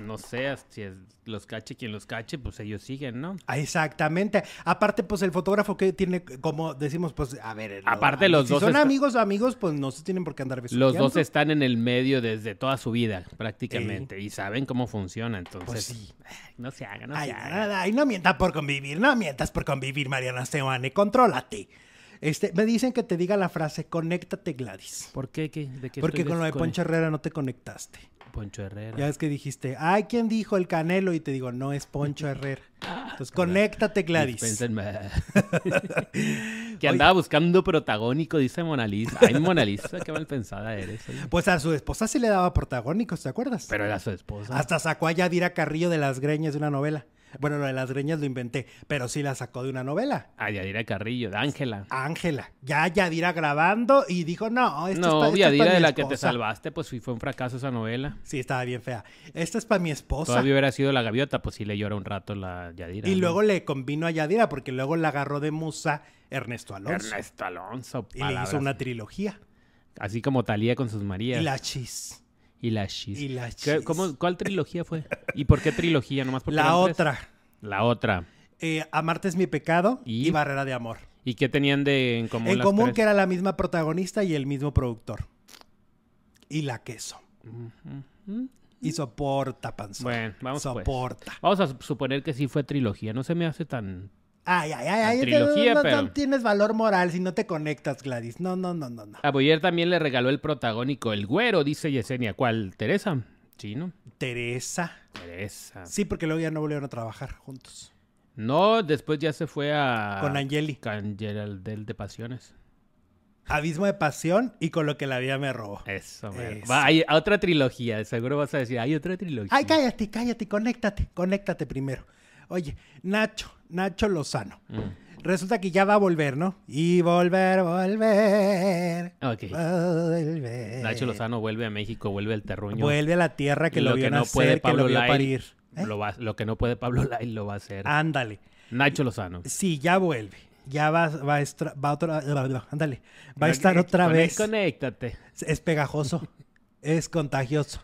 No sé, si es- los cache quien los cache, pues ellos siguen, ¿no?
Ah, Exactamente. Aparte, pues el fotógrafo que tiene, como decimos, pues, a ver. no,
Aparte, los
si
dos
son
está-
amigos, amigos, pues no se tienen por qué andar
Los
besuqueando.
dos están en el medio desde toda su vida, prácticamente, y saben cómo funciona, entonces.
Pues sí.
ay, No se haga, no
Ay,
se
ay,
haga.
ay, ay, no mientas por convivir, no mientas por convivir, Mariana Seoane, contrólate. Este, me dicen que te diga la frase, conéctate Gladys.
¿Por qué? ¿Qué- ¿De qué
Porque
estoy
con lo de Poncho Herrera no te conectaste.
Poncho Herrera.
Ya es que dijiste, ay, ¿quién dijo el canelo? Y te digo, no es Poncho Herrera. Entonces, conéctate Gladys.
Dispénsenme. que andaba buscando protagónico, dice Mona Lisa. Ay, Mona Lisa, qué mal pensada eres. oye.
Pues a su esposa sí le daba protagónicos, ¿te acuerdas?
Pero era su esposa.
Hasta sacó a Yadira Carrillo de las greñas de una novela. Bueno, lo de las greñas lo inventé, pero sí la sacó de una novela.
A Yadira Carrillo, de Ángela.
Ángela, ya Yadira grabando y dijo, no, esto
no,
es pa- esto es
Yadira
pa' mi
de la que te
esposa".
salvaste, pues sí, fue un fracaso esa novela.
Sí, estaba bien fea. Esta es para mi esposa.
Todavía hubiera sido la gaviota, pues sí le llora un rato la Yadira.
y
¿no?
luego le combinó a Yadira porque luego la agarró de musa Ernesto Alonso.
Ernesto Alonso.
Y le
palabras.
hizo una trilogía.
Así como Talía con sus Marías.
Y la chis.
Y la Shis.
Y la
¿Qué-
Shis.
cómo- ¿Cuál trilogía fue? ¿Y por qué trilogía? Nomás porque
La
eran tres.
otra.
La otra.
eh, Amarte es mi pecado y,
¿Y?
Barrera de Amor.
¿Y qué tenían de en común
En
las
común que
tres?
era la misma protagonista y el mismo productor. Y la queso.
Ujú.
Y soporta, panzón.
Bueno, vamos pues.
Soporta.
Vamos a sup- suponer que sí fue trilogía. No se me hace tan...
Ay, ay, ay, ay. no,
trilogía,
no,
pero-
no tienes valor moral si no te conectas, Gladys. No, no, no, no, no.
A Boyer también le regaló el protagónico, el güero, dice Yesenia. ¿Cuál? ¿Teresa? Sí, ¿no?
Teresa.
Teresa.
Sí, porque luego ya no volvieron a trabajar juntos.
No, después ya se fue a...
Con Angeli.
Con Geraldel de Pasiones.
Abismo de pasión y con lo que la vida me robó.
Eso, mero.
Eso.
Va, hay otra trilogía. Seguro vas a decir, hay otra trilogía.
Ay, cállate, cállate, conéctate, conéctate primero. Oye, Nacho, Nacho Lozano.
Mm.
Resulta que ya va a volver, ¿no? Y volver, volver.
Ok.
Volver.
Nacho Lozano vuelve a México, vuelve al terruño.
eh. Vuelve a la tierra que
Y
lo,
lo
vio
que no
nacer,
puede
que lo
Pablo
vio
Lai-
parir. ¿Eh? Ah,
Lo, va- lo que no puede Pablo Lai lo va a hacer.
Ándale.
Nacho Lozano.
Sí, ya vuelve. Ya va, va, a estra- va otra, ándale. Va a estar otra
Conec-
vez.
Conéctate.
Es pegajoso, es contagioso.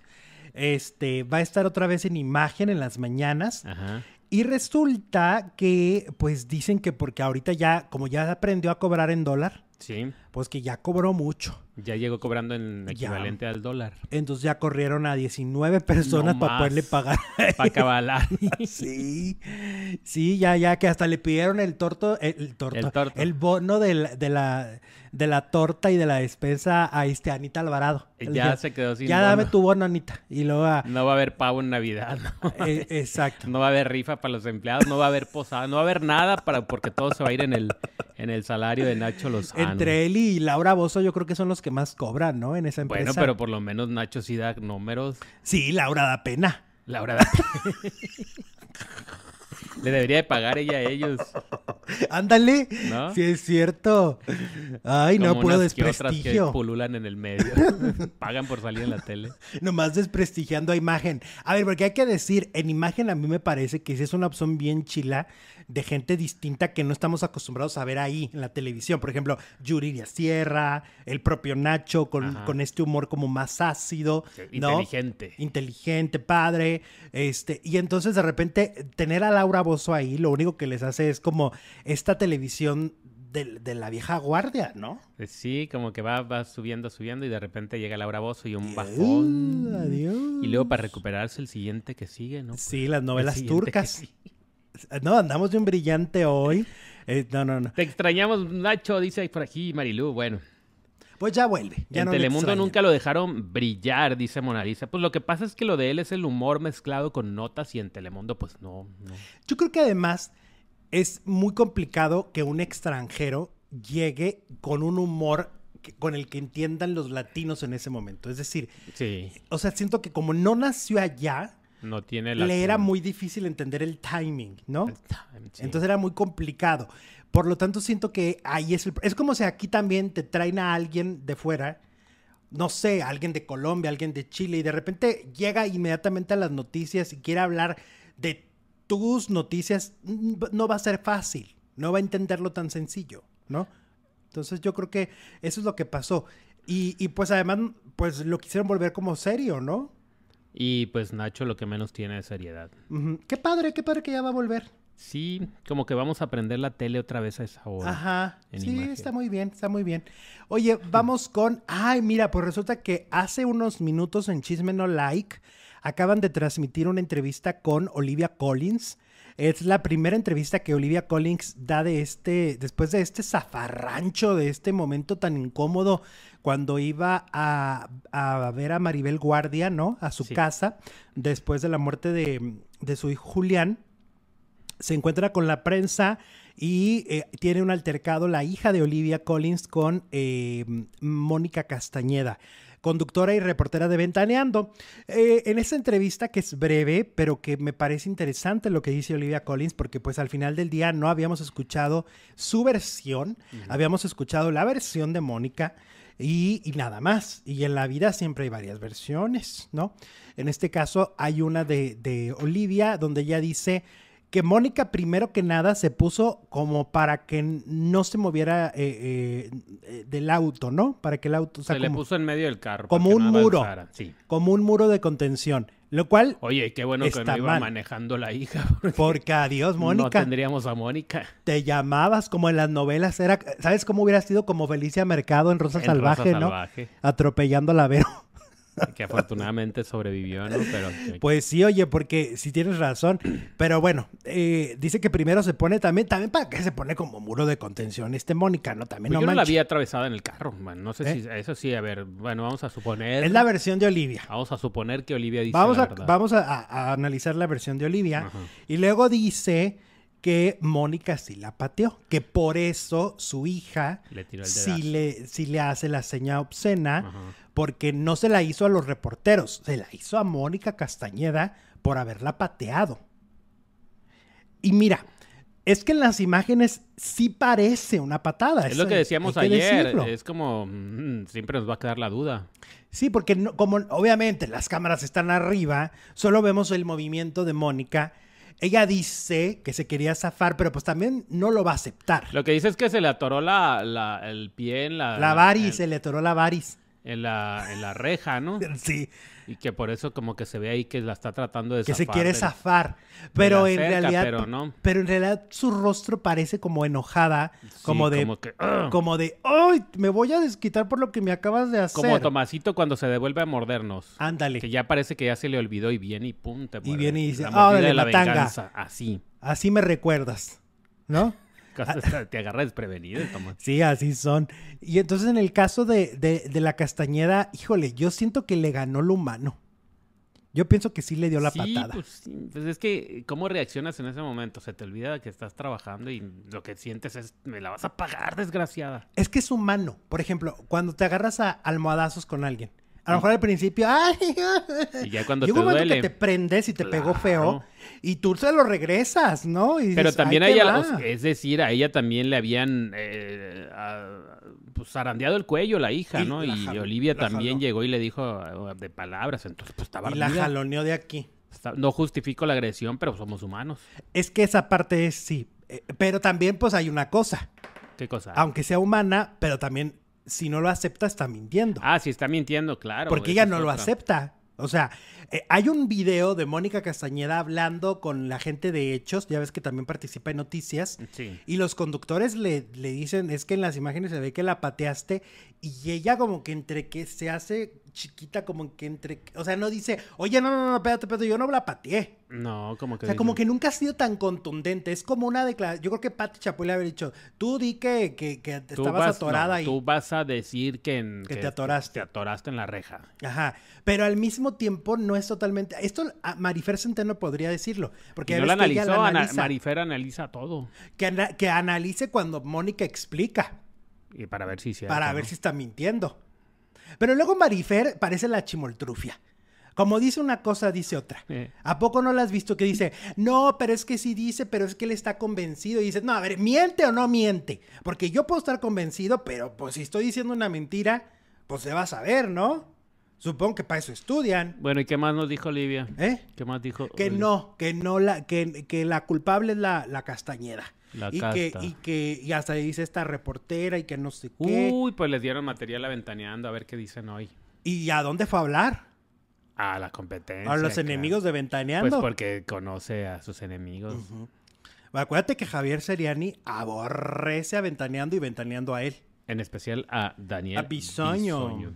Este, va a estar otra vez en imagen en las mañanas.
Ajá.
Y resulta que, pues dicen que porque ahorita ya, como ya aprendió a cobrar en dólar,
Sí.
pues que ya cobró mucho.
Ya llegó cobrando en
Ya.
equivalente al dólar.
Entonces ya corrieron a 19 personas
No
para
más.
poderle pagar.
Para cabalar.
sí, sí, ya, ya, que hasta le pidieron el torto, el, el torto, el,
El torto.
bono del- de la, de la torta y de la despensa a este Anita Alvarado. Le
ya
dijeron,
se quedó sin
ya dame
bono.
tu bono, Anita. Y luego a-
No va a haber pavo en Navidad. No,
Eh, exacto.
No va a haber rifa para los empleados. No va a haber posada. No va a haber nada para porque todo se va a ir en el, en el salario de Nacho Lozano.
Entre él y Laura Bozo, yo creo que son los que más cobran, ¿no? En esa empresa.
Bueno, pero por lo menos Nacho sí da números.
Sí, Laura da pena.
La verdad. Le debería de pagar ella a ellos.
Ándale.
¿No?
Sí, es cierto. Ay, no
Como
puedo
unas que otras que
desprestigio.
pululan en el medio. Pagan por salir en la tele.
Nomás desprestigiando a imagen. A ver, porque hay que decir, en imagen a mí me parece que sí es una opción bien chila de gente distinta que no estamos acostumbrados a ver ahí en la televisión. Por ejemplo, Yuridia Sierra, el propio Nacho, con,
Ajá.
con este humor como más ácido. ¿no?
Inteligente.
inteligente, padre, este, y entonces de repente tener a Laura Bozo ahí, lo único que les hace es como esta televisión de, de la vieja guardia, ¿no?
Eh, Sí, como que va, va subiendo, subiendo y de repente llega Laura Bozo y un bajón.
Uh, adiós.
Y luego para recuperarse el siguiente que sigue, ¿no?
Sí, las
El
novelas
siguiente que
turcas.
sigue.
No, andamos de un brillante hoy. Eh, no, no, no.
Te extrañamos, Nacho, dice por aquí Marilú. Bueno,
Pues ya vuelve. Ya
en
no le
Telemundo
extrañen.
nunca lo dejaron brillar, dice Mona Lisa. Pues lo que pasa es que lo de él es el humor mezclado con notas y en Telemundo, pues no, no.
Yo creo que además es muy complicado que un extranjero llegue con un humor que- con el que entiendan los latinos en ese momento. Es decir,
Sí,
O sea, siento que como no nació allá,
no tiene la.
le era muy difícil entender el timing, ¿no?
Sí.
Entonces era muy complicado. Por lo tanto, siento que ahí es el... Es como si aquí también te traen a alguien de fuera, no sé, alguien de Colombia, alguien de Chile, y de repente llega inmediatamente a las noticias y quiere hablar de tus noticias, mm, no va a ser fácil, no va a entenderlo tan sencillo, ¿no? Entonces yo creo que eso es lo que pasó. Y, y pues además, pues lo quisieron volver como serio, ¿no?
Y pues Nacho lo que menos tiene es seriedad.
Ujú. Qué padre, qué padre que ya va a volver.
Sí, como que vamos a aprender la tele otra vez a esa hora.
Ajá.
en
sí,
imagen.
está muy bien, está muy bien. Oye, vamos con. Ay, mira, pues resulta que hace unos minutos en Chisme No Like acaban de transmitir una entrevista con Olivia Collins. Es la primera entrevista que Olivia Collins da de este, después de este zafarrancho, de este momento tan incómodo cuando iba a, a ver a Maribel Guardia, ¿no? A su
Sí.
casa, después de la muerte de, de su hijo Julián se encuentra con la prensa y eh, tiene un altercado la hija de Olivia Collins con eh, Mónica Castañeda, conductora y reportera de Ventaneando. Eh, en esa entrevista que es breve, pero que me parece interesante lo que dice Olivia Collins, porque pues al final del día no habíamos escuchado su versión, habíamos escuchado la versión de Mónica. Y, y nada más. Y en la vida siempre hay varias versiones, ¿no? En este caso hay una de, de Olivia donde ella dice, que Mónica primero que nada se puso como para que no se moviera eh, eh, eh, del auto, ¿no? Para que el auto, o sea,
Se le
como,
puso en medio del carro.
como
para que
un
no
muro.
avanzara, Sí.
como un muro de contención, lo cual,
Oye, qué bueno que
Está
no iba
mal.
manejando la hija.
porque adiós
No
Mónica,
tendríamos a Mónica.
te llamabas como en las novelas, era, ¿sabes cómo hubiera sido como Felicia Mercado en Rosa
en
Salvaje,
Rosa
no?
Salvaje,
Atropellando a la Vero.
que afortunadamente sobrevivió, ¿no? Pero
Pues sí, oye, porque si tienes razón. Pero bueno, eh, dice que primero se pone también, también para que se pone como muro de contención este Mónica, ¿no? También no
Pues yo no la
manches.
había atravesada en el carro, man. No sé
¿Eh?
si eso sí, a ver, bueno, vamos a suponer.
Es la versión de Olivia.
Vamos a suponer que Olivia dice
Vamos,
la
a,
verdad.
vamos a, a- a analizar la versión de Olivia.
Ajá.
Y luego dice que Mónica sí la pateó, que por eso su hija
Le tiró el dedazo.
sí le, sí le hace la seña obscena,
Ajá.
porque no se la hizo a los reporteros, se la hizo a Mónica Castañeda por haberla pateado. Y mira, Es que en las imágenes sí parece una patada.
Es lo que decíamos
hay que
ayer.
decirlo.
Es como, mm, siempre nos va a quedar la duda.
Sí, porque no- como obviamente las cámaras están arriba, solo vemos el movimiento de Mónica. Ella dice que se quería zafar, pero pues también no lo va a aceptar.
Lo que dice es que se le atoró la, la- el pie en la...
La varis,
en,
se le atoró la varis.
en la, en la reja, ¿no?
Sí,
Y que por eso como que se ve ahí que la está tratando de
que se
zafar
quiere
del-
zafar. Pero
la
en
cerca,
realidad.
pero no.
pero en realidad su rostro parece como enojada,
Sí,
como de. Como,
Como, que, ¡ah! "Ugh",
de. ¡Ay! Me voy a desquitar por lo que me acabas de hacer.
como Tomasito cuando se devuelve a mordernos.
Ándale.
Que ya parece que ya se le olvidó y viene y pum, te muerde.
viene Ah, y dice,
La mordida
"Órale, Ah.
de la
matanga".
venganza, así.
Así me recuerdas. ¿No?
Te agarra desprevenido, el Tomás.
Sí, así son. Y entonces en el caso de, de- de la castañeda, híjole, yo siento que le ganó lo humano. Yo pienso que sí le dio la
sí,
patada.
Pues, sí, pues es que, ¿cómo reaccionas en ese momento? Se te olvida que estás trabajando y lo que sientes es, me la vas a pagar, desgraciada.
Es que es humano. Por ejemplo, cuando te agarras a almohadazos con alguien. A lo mejor al principio, ¡ay!
Y ya
Llega
cuando te
Eh, un momento
duele.
que te prendes y te pegó
Claro.
feo y tú se lo regresas, ¿no? Y dices,
Pero
"Ahí
también a
te
ella,
va".
o sea, eh, es decir, a ella también le habían eh, a- pues, zarandeado el cuello la hija,
Y
¿no?
la
y
jaló,
Olivia
la
también
jaló.
llegó y le dijo eh, de palabras, entonces pues estaba
y la
ardida.
jaloneó de aquí.
Está- No justifico la agresión, pero somos humanos.
Es que esa parte es sí. Eh, Pero también, pues hay una cosa.
¿Qué cosa?
Aunque sea humana, pero también si no lo acepta, está mintiendo.
Ah, sí, está mintiendo, claro.
porque
esa
ella
es
no lo
otra.
acepta. O sea, eh, hay un video de Mónica Castañeda hablando con la gente de Hechos, ya ves que también participa en noticias,
Sí.
y los conductores le, le dicen, es que en las imágenes se ve que la pateaste, y ella como que entre que se hace chiquita, como que entre, o sea, no dice, oye, no, no, no, espérate, espérate, yo no la pateé.
No, como que.
O sea, como
dice,
que nunca ha sido tan contundente. Es como una declaración. Yo creo que Pati Chapoy le habría dicho, tú di que, que, que te
tú
estabas
vas- no,
atorada y
Tú vas a decir que, en-
Que te atoraste.
Te atoraste en la reja.
Ajá, pero al mismo tiempo no es totalmente... Esto a Marifer Centeno podría decirlo, porque
Y
ya
no la
ves que ella
analizó,
la
ana-
analiza,
Marifer analiza todo.
que, ana- que analice cuando Mónica explica
Y para ver si es cierto,
para ver
¿no?
si está mintiendo. Pero luego Marifer parece la chimoltrufia. Como dice una cosa, dice otra.
Eh.
¿A poco no la has visto que dice, no, pero es que sí dice, pero es que él está convencido? Y dice, no, a ver, ¿miente o no miente? Porque yo puedo estar convencido, pero pues si estoy diciendo una mentira, pues se va a saber, ¿no? Supongo que para eso estudian,
Bueno, ¿y qué más nos dijo Olivia?
¿eh?
¿Qué más dijo?
Que
Olivia?
no, que no la, que, que la culpable es la, la castañeda.
La
y, que,
casta.
y que, y hasta dice esta reportera y que no sé qué.
Uy, pues les dieron material a Ventaneando, a ver qué dicen hoy.
¿Y a dónde fue a hablar?
A la competencia.
A los
claro.
enemigos de
Pues
Ventaneando.
porque conoce a sus enemigos.
Acuérdate que Javier Seriani aborrece a Ventaneando y Ventaneando a él.
En especial a Daniel
A Bisoño.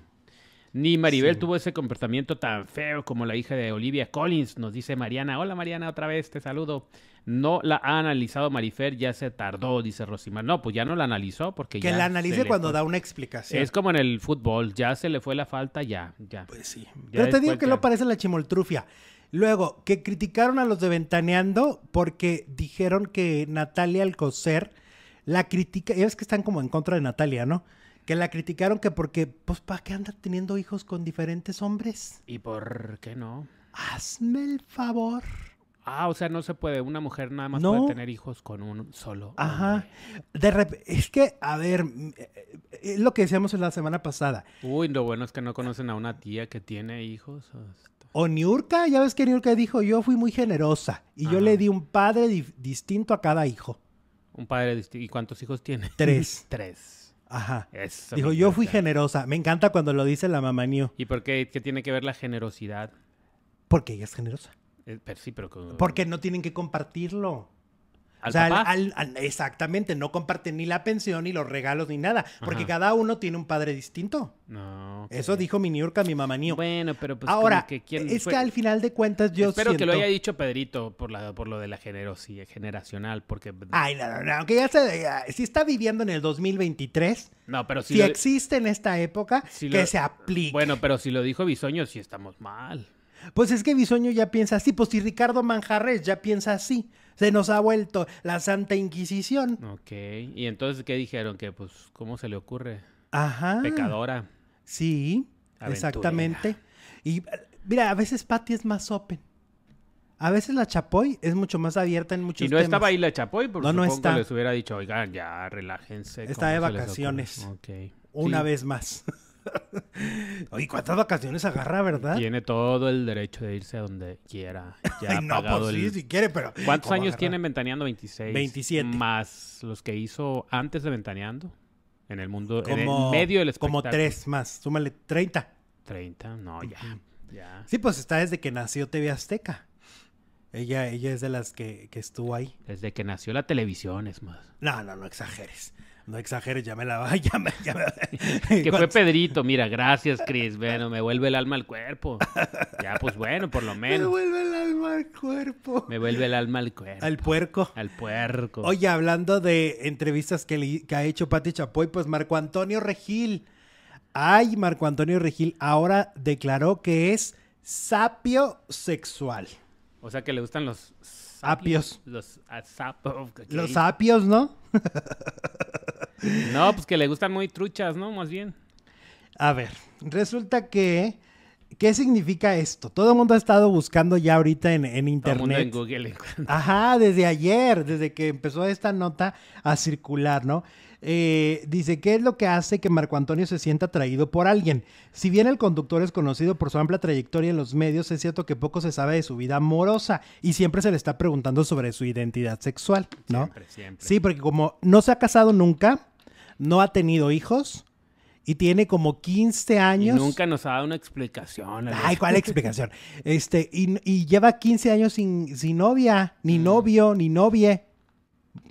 Ni Maribel tuvo ese comportamiento tan feo como la hija de Olivia Collins, nos dice Mariana. Hola Mariana, otra vez te saludo. No la ha analizado Marifer, ya se tardó, dice Rosimar. No, pues ya no la analizó porque
Que
ya
la
se
analice
le
cuando
fue.
da una explicación.
Es como en el fútbol, ya se le fue la falta, ya, ya.
Pues sí.
Ya
Pero te digo
después
que
ya.
no parece la chimoltrufia. Luego, que criticaron a los de Ventaneando porque dijeron que Natalia Alcocer la critica. Ya ves que están como en contra de Natalia, ¿no? Que la criticaron que porque, pues, ¿para qué anda teniendo hijos con diferentes hombres?
¿Y por qué no?
Hazme el favor.
Ah, o sea, no se puede, una mujer nada más
No.
puede tener hijos con un solo.
Ajá.
hombre.
De rep- es que, a ver, mm, eh, eh, es lo que decíamos la semana pasada.
Uy, lo bueno es que no conocen a una tía que tiene hijos.
O Niurka, ya ves que Niurka dijo, yo fui muy generosa y yo
Ajá.
le di un padre dif- distinto a cada hijo.
Un padre distinto. ¿Y cuántos hijos tiene?
Tres.
Tres.
Ajá.
Eso
Dijo,
me
yo fui
gusta.
generosa. Me encanta cuando lo dice la mamá New.
¿Y por qué, qué tiene que ver la generosidad?
Porque ella es generosa.
Eh, pero sí, pero con-
Porque no tienen que compartirlo.
¿Al
o sea, al-
papá?
al- al- exactamente, no comparten ni la pensión, ni los regalos, ni nada. Porque
Ajá.
cada uno tiene un padre distinto.
No. ok.
Eso dijo mi Niurka, mi mamá New.
Bueno, pero pues.
Ahora,
como que quién
es
fue-
que al final de cuentas yo
Espero que lo
siento-
haya dicho Pedrito por, la, por lo de la generosidad generacional, porque.
Ay, no, no, no, aunque ya se... ya- si está viviendo en el 2023,
no, pero si.
si
lo-
existe en esta época,
si
que
lo-
se aplique.
Bueno, pero si lo dijo Bisoño, sí estamos mal.
Pues es que Bisoño ya piensa así, pues si Ricardo Manjarres ya piensa así, se nos ha vuelto la Santa Inquisición.
Ok. ¿Y entonces qué dijeron? Que pues, ¿cómo se le ocurre?
Ajá.
Pecadora.
Sí,
Aventurera.
exactamente. Y eh, mira, a veces Patty es más open. A veces la Chapoy es mucho más abierta en muchos
Y no
temas.
estaba ahí la Chapoy, porque
No, no
supongo
está.
les hubiera dicho, oigan, ya, relájense.
Está
¿cómo
de
se les ocurre?".
vacaciones.
Ok.
Una
Sí,
vez más. Oye, ¿cuántas vacaciones agarra, verdad?
Tiene todo el derecho de irse a donde quiera. Ya
Ay,
ha
no,
pagado
pues sí,
el-
si quiere, pero...
¿Cuántos
¿cómo
años
agarra?
tiene Ventaneando? 26.
27.
Más los que hizo antes de Ventaneando. En el mundo, en el
Como,
medio del espectáculo.
como tres más, súmale 30.
30, no, ya. ya.
Sí, pues está desde que nació TV Azteca. Ella, ella es de las que, que estuvo ahí.
Desde que nació la televisión, es más.
No, no, no exageres. No exageres, ya me la va, ya me, ya me-
Que fue
¿Cuántos-
Pedrito, mira, gracias, Chris. Bueno, me vuelve el alma al cuerpo. Ya, pues bueno, por lo
Me
menos.
vuelve el alma al cuerpo.
Me vuelve el alma al cuerpo.
Al
Al,
puerco.
puerco.
Oye, hablando de entrevistas que, le- que ha hecho Pati Chapoy, pues Marco Antonio Regil. Ay, Marco Antonio Regil ahora declaró que es sapio sexual.
O sea que le gustan los
Apios.
Los a- sapos. ok.
Los sapios, ¿no?
No, pues que le gustan muy truchas, ¿no? Más bien.
A ver, resulta que. ¿Qué significa esto? Todo el mundo ha estado buscando ya ahorita en, en
Todo el mundo en
internet.
Google encuentra.
Ajá, desde ayer, desde que empezó esta nota a circular, ¿no? Eh, dice, ¿qué es lo que hace que Marco Antonio se sienta atraído por alguien? Si bien el conductor es conocido por su amplia trayectoria en los medios, es cierto que poco se sabe de su vida amorosa y siempre se le está preguntando sobre su identidad sexual, ¿no?
Siempre, siempre.
Sí, porque como no se ha casado nunca, no ha tenido hijos y tiene como 15
Y
años.
nunca nos ha dado una explicación.
Ay, ¿cuál explicación? Este, y, y lleva 15 años sin, sin novia,
Mm.
ni novio, ni novie,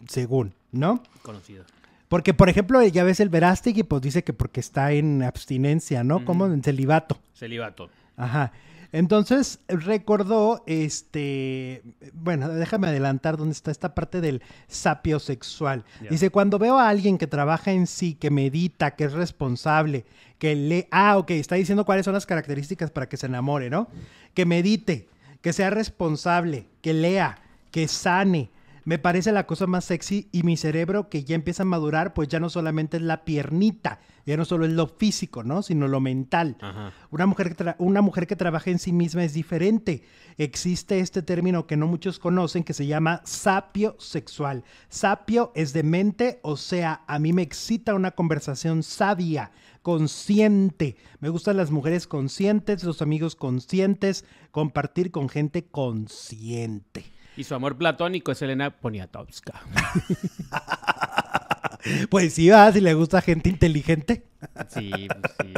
según, ¿no?
Conocido.
Porque, por ejemplo, ya ves el Verástegui, pues dice que porque está en abstinencia, ¿no? Como en celibato.
Celibato.
Ajá. Entonces recordó, este, bueno, déjame adelantar dónde está esta parte del sapio sexual.
Ya.
Dice, cuando veo a alguien que trabaja en sí, que medita, que es responsable, que lee, ah, ok, está diciendo cuáles son las características para que se enamore, ¿no? Que medite, que sea responsable, que lea, que sane. Me parece la cosa más sexy y mi cerebro que ya empieza a madurar, pues ya no solamente es la piernita, ya no solo es lo físico, ¿no? Sino lo mental.
Ajá.
Una mujer, que tra- una mujer que trabaja en sí misma es diferente. Existe este término que no muchos conocen que se llama sapio sexual. Sapio es de mente, o sea, a mí me excita una conversación sabia, consciente. Me gustan las mujeres conscientes, los amigos conscientes, compartir con gente consciente.
Y su amor platónico es Elena Poniatowska.
Pues sí, va, si le gusta gente inteligente.
Sí, pues sí.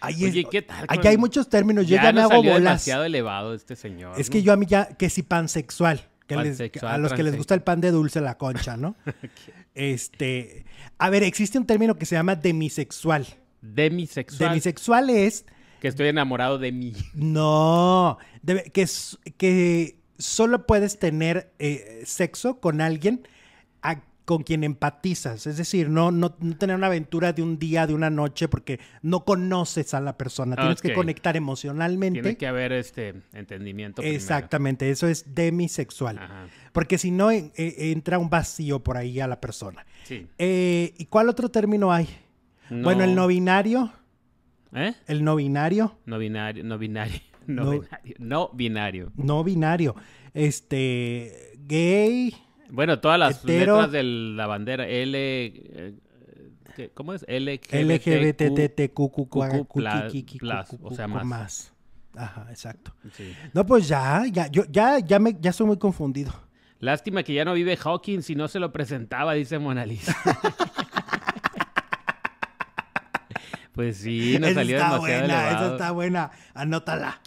Ahí es-
Oye, ¿qué tal?
aquí
con-
hay muchos términos, yo ya, me
nos
hago
salió
bolas.
demasiado elevado este señor.
Es
¿no?
que yo a mí ya, que si pansexual. Que les- que
Pansexual,
a los que les
transexual.
gusta el pan de dulce, la concha, ¿no? Este. A ver, existe un término que se llama demisexual.
Demisexual.
Demisexual es.
Que estoy enamorado de mí.
No. de- que, s- que solo puedes tener eh, sexo con alguien a- con quien empatizas. Es decir, no, no, no tener una aventura de un día, de una noche, porque no conoces a la persona. Tienes que
Ok.
conectar emocionalmente.
Tiene que haber este entendimiento. primero.
Exactamente, eso es demisexual.
Ajá.
Porque si no, en- eh, entra un vacío por ahí a la persona.
Sí.
Eh, ¿Y cuál otro término hay? Bueno, el no binario.
¿Eh?
El no binario.
No binario. No binario. No,
No-
binario. No binario.
No binario. Este. Gay.
Bueno, todas las
Hetero.
letras de la bandera. L. eh, ¿qué- ¿Cómo es? LGBTQ.
LGBTTQQQ.
pla- plus, o sea, más.
Ajá, exacto.
Sí.
No, pues ya, ya, yo, ya, ya, me, ya estoy muy confundido.
Lástima que ya no vive Hawking si no se lo presentaba, dice Mona Lisa. pues sí, nos
Esa
salió
está
demasiado
buena, esa
elevado.
está buena. Anótala.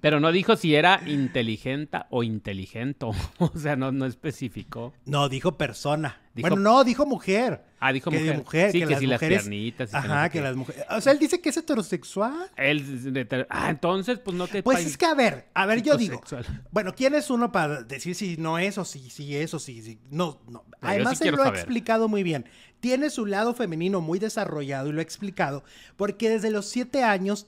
Pero no dijo si era inteligente o inteligente. o sea, no, no especificó.
No, dijo persona.
Dijo-
Bueno, no, dijo mujer.
Ah, dijo
que de
mujer.
mujer,
Sí,
que
que,
las
sí,
mujeres-
las piernitas. y no
Ajá,
sé
que
qué.
las mujeres. O sea, él dice que es heterosexual.
Él- de- de- ah, entonces, pues no te...
Pues es que, a ver, a ver, yo digo.
Psicosexual.
Bueno, ¿quién es uno para decir si no es o si sí es o si, si- no? no. Además,
sí
él
quiero
lo ha
saber.
explicado muy bien. Tiene su lado femenino muy desarrollado y lo ha explicado porque desde los siete años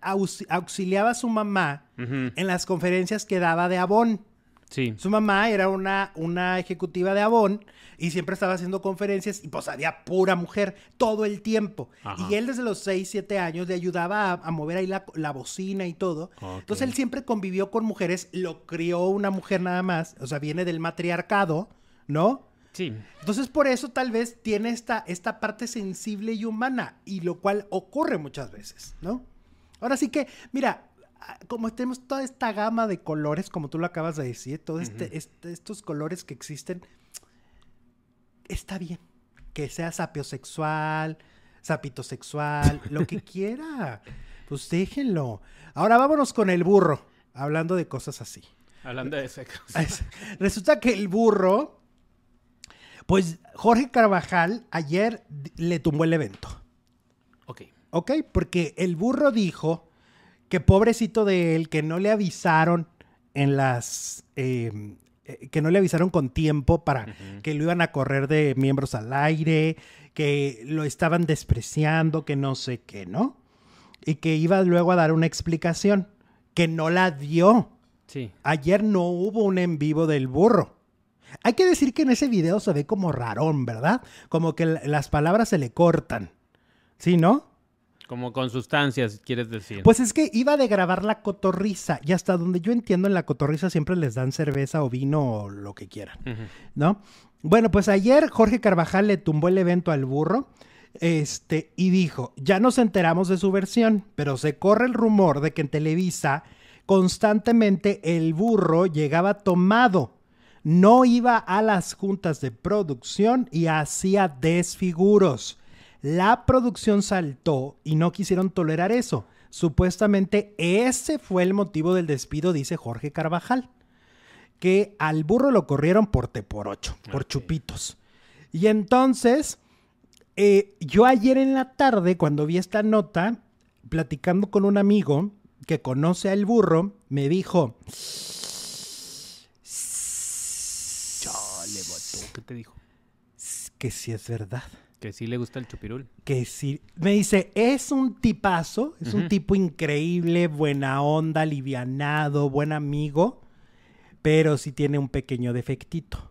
aux- auxiliaba a su mamá
Ujú.
en las conferencias que daba de Avon.
Sí.
Su mamá era una, una ejecutiva de Avon y siempre estaba haciendo conferencias y pues había pura mujer todo el tiempo.
Ajá.
Y él desde los 6, 7 años le ayudaba a, a mover ahí la, la bocina y todo.
Ok.
Entonces él siempre convivió con mujeres, lo crió una mujer nada más, o sea, viene del matriarcado, ¿no?
Sí.
Entonces por eso tal vez tiene esta, esta parte sensible y humana, y lo cual ocurre muchas veces, ¿no? Ahora sí que, mira, ah, como tenemos toda esta gama de colores, como tú lo acabas de decir, todos
Ujú.
estos colores que existen, está bien que sea sapiosexual, sapitosexual, lo que quiera, pues déjenlo. Ahora vámonos con el burro, hablando de cosas así.
Hablando de esa cosa.
Es- Resulta que el burro, pues Jorge Carvajal ayer d- le tumbó el evento, Ah.
Ok.
¿ok? Porque el burro dijo que pobrecito de él, que no le avisaron en las... eh, eh, que no le avisaron con tiempo para
Ujú.
que lo iban a correr de miembros al aire, que lo estaban despreciando, que no sé qué, ¿no? Y que iba luego a dar una explicación, que no la dio.
Sí.
Ayer no hubo un en vivo del burro. Hay que decir que en ese video se ve como rarón, ¿verdad? Como que l- las palabras se le cortan. ¿Sí, no?
Como con sustancias, quieres decir.
Pues es que iba de grabar la cotorriza y hasta donde yo entiendo en la cotorriza siempre les dan cerveza o vino o lo que quieran.
Ujú.
¿no? Bueno, pues ayer Jorge Carvajal le tumbó el evento al burro este, y dijo, ya nos enteramos de su versión, pero se corre el rumor de que en Televisa constantemente el burro llegaba tomado, no iba a las juntas de producción y hacía desfiguros. La producción saltó y no quisieron tolerar eso. Supuestamente ese fue el motivo del despido, dice Jorge Carvajal que al burro lo corrieron por te por ocho, por
Ok.
chupitos. Y entonces, eh, yo ayer en la tarde, cuando vi esta nota, platicando con un amigo que conoce al burro, me dijo,
Chale, vato. ¿Qué te dijo?
"S- que sí es verdad.
Que sí le gusta el chupirul.
Que sí. Me dice, es un tipazo, es un
Ujú.
tipo increíble, buena onda, alivianado, buen amigo, pero sí tiene un pequeño defectito.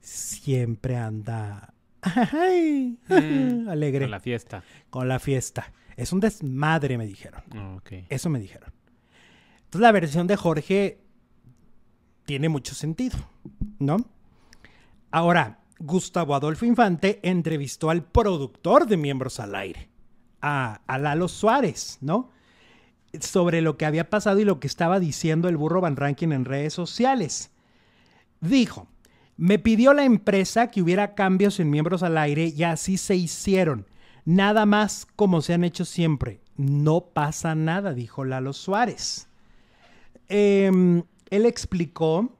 Siempre anda ay,
Mm,
alegre
A la fiesta.
con la fiesta. Es un desmadre, me dijeron.
Ok.
Eso me dijeron. Entonces la versión de Jorge tiene mucho sentido, ¿no? Ahora, Gustavo Adolfo Infante entrevistó al productor de Miembros al Aire, a, a Lalo Suárez, ¿no? Sobre lo que había pasado y lo que estaba diciendo el burro Van Rankin en redes sociales. Dijo, me pidió la empresa que hubiera cambios en miembros al aire y así se hicieron. Nada más como se han hecho siempre. No pasa nada, dijo Lalo Suárez. Em, él explicó,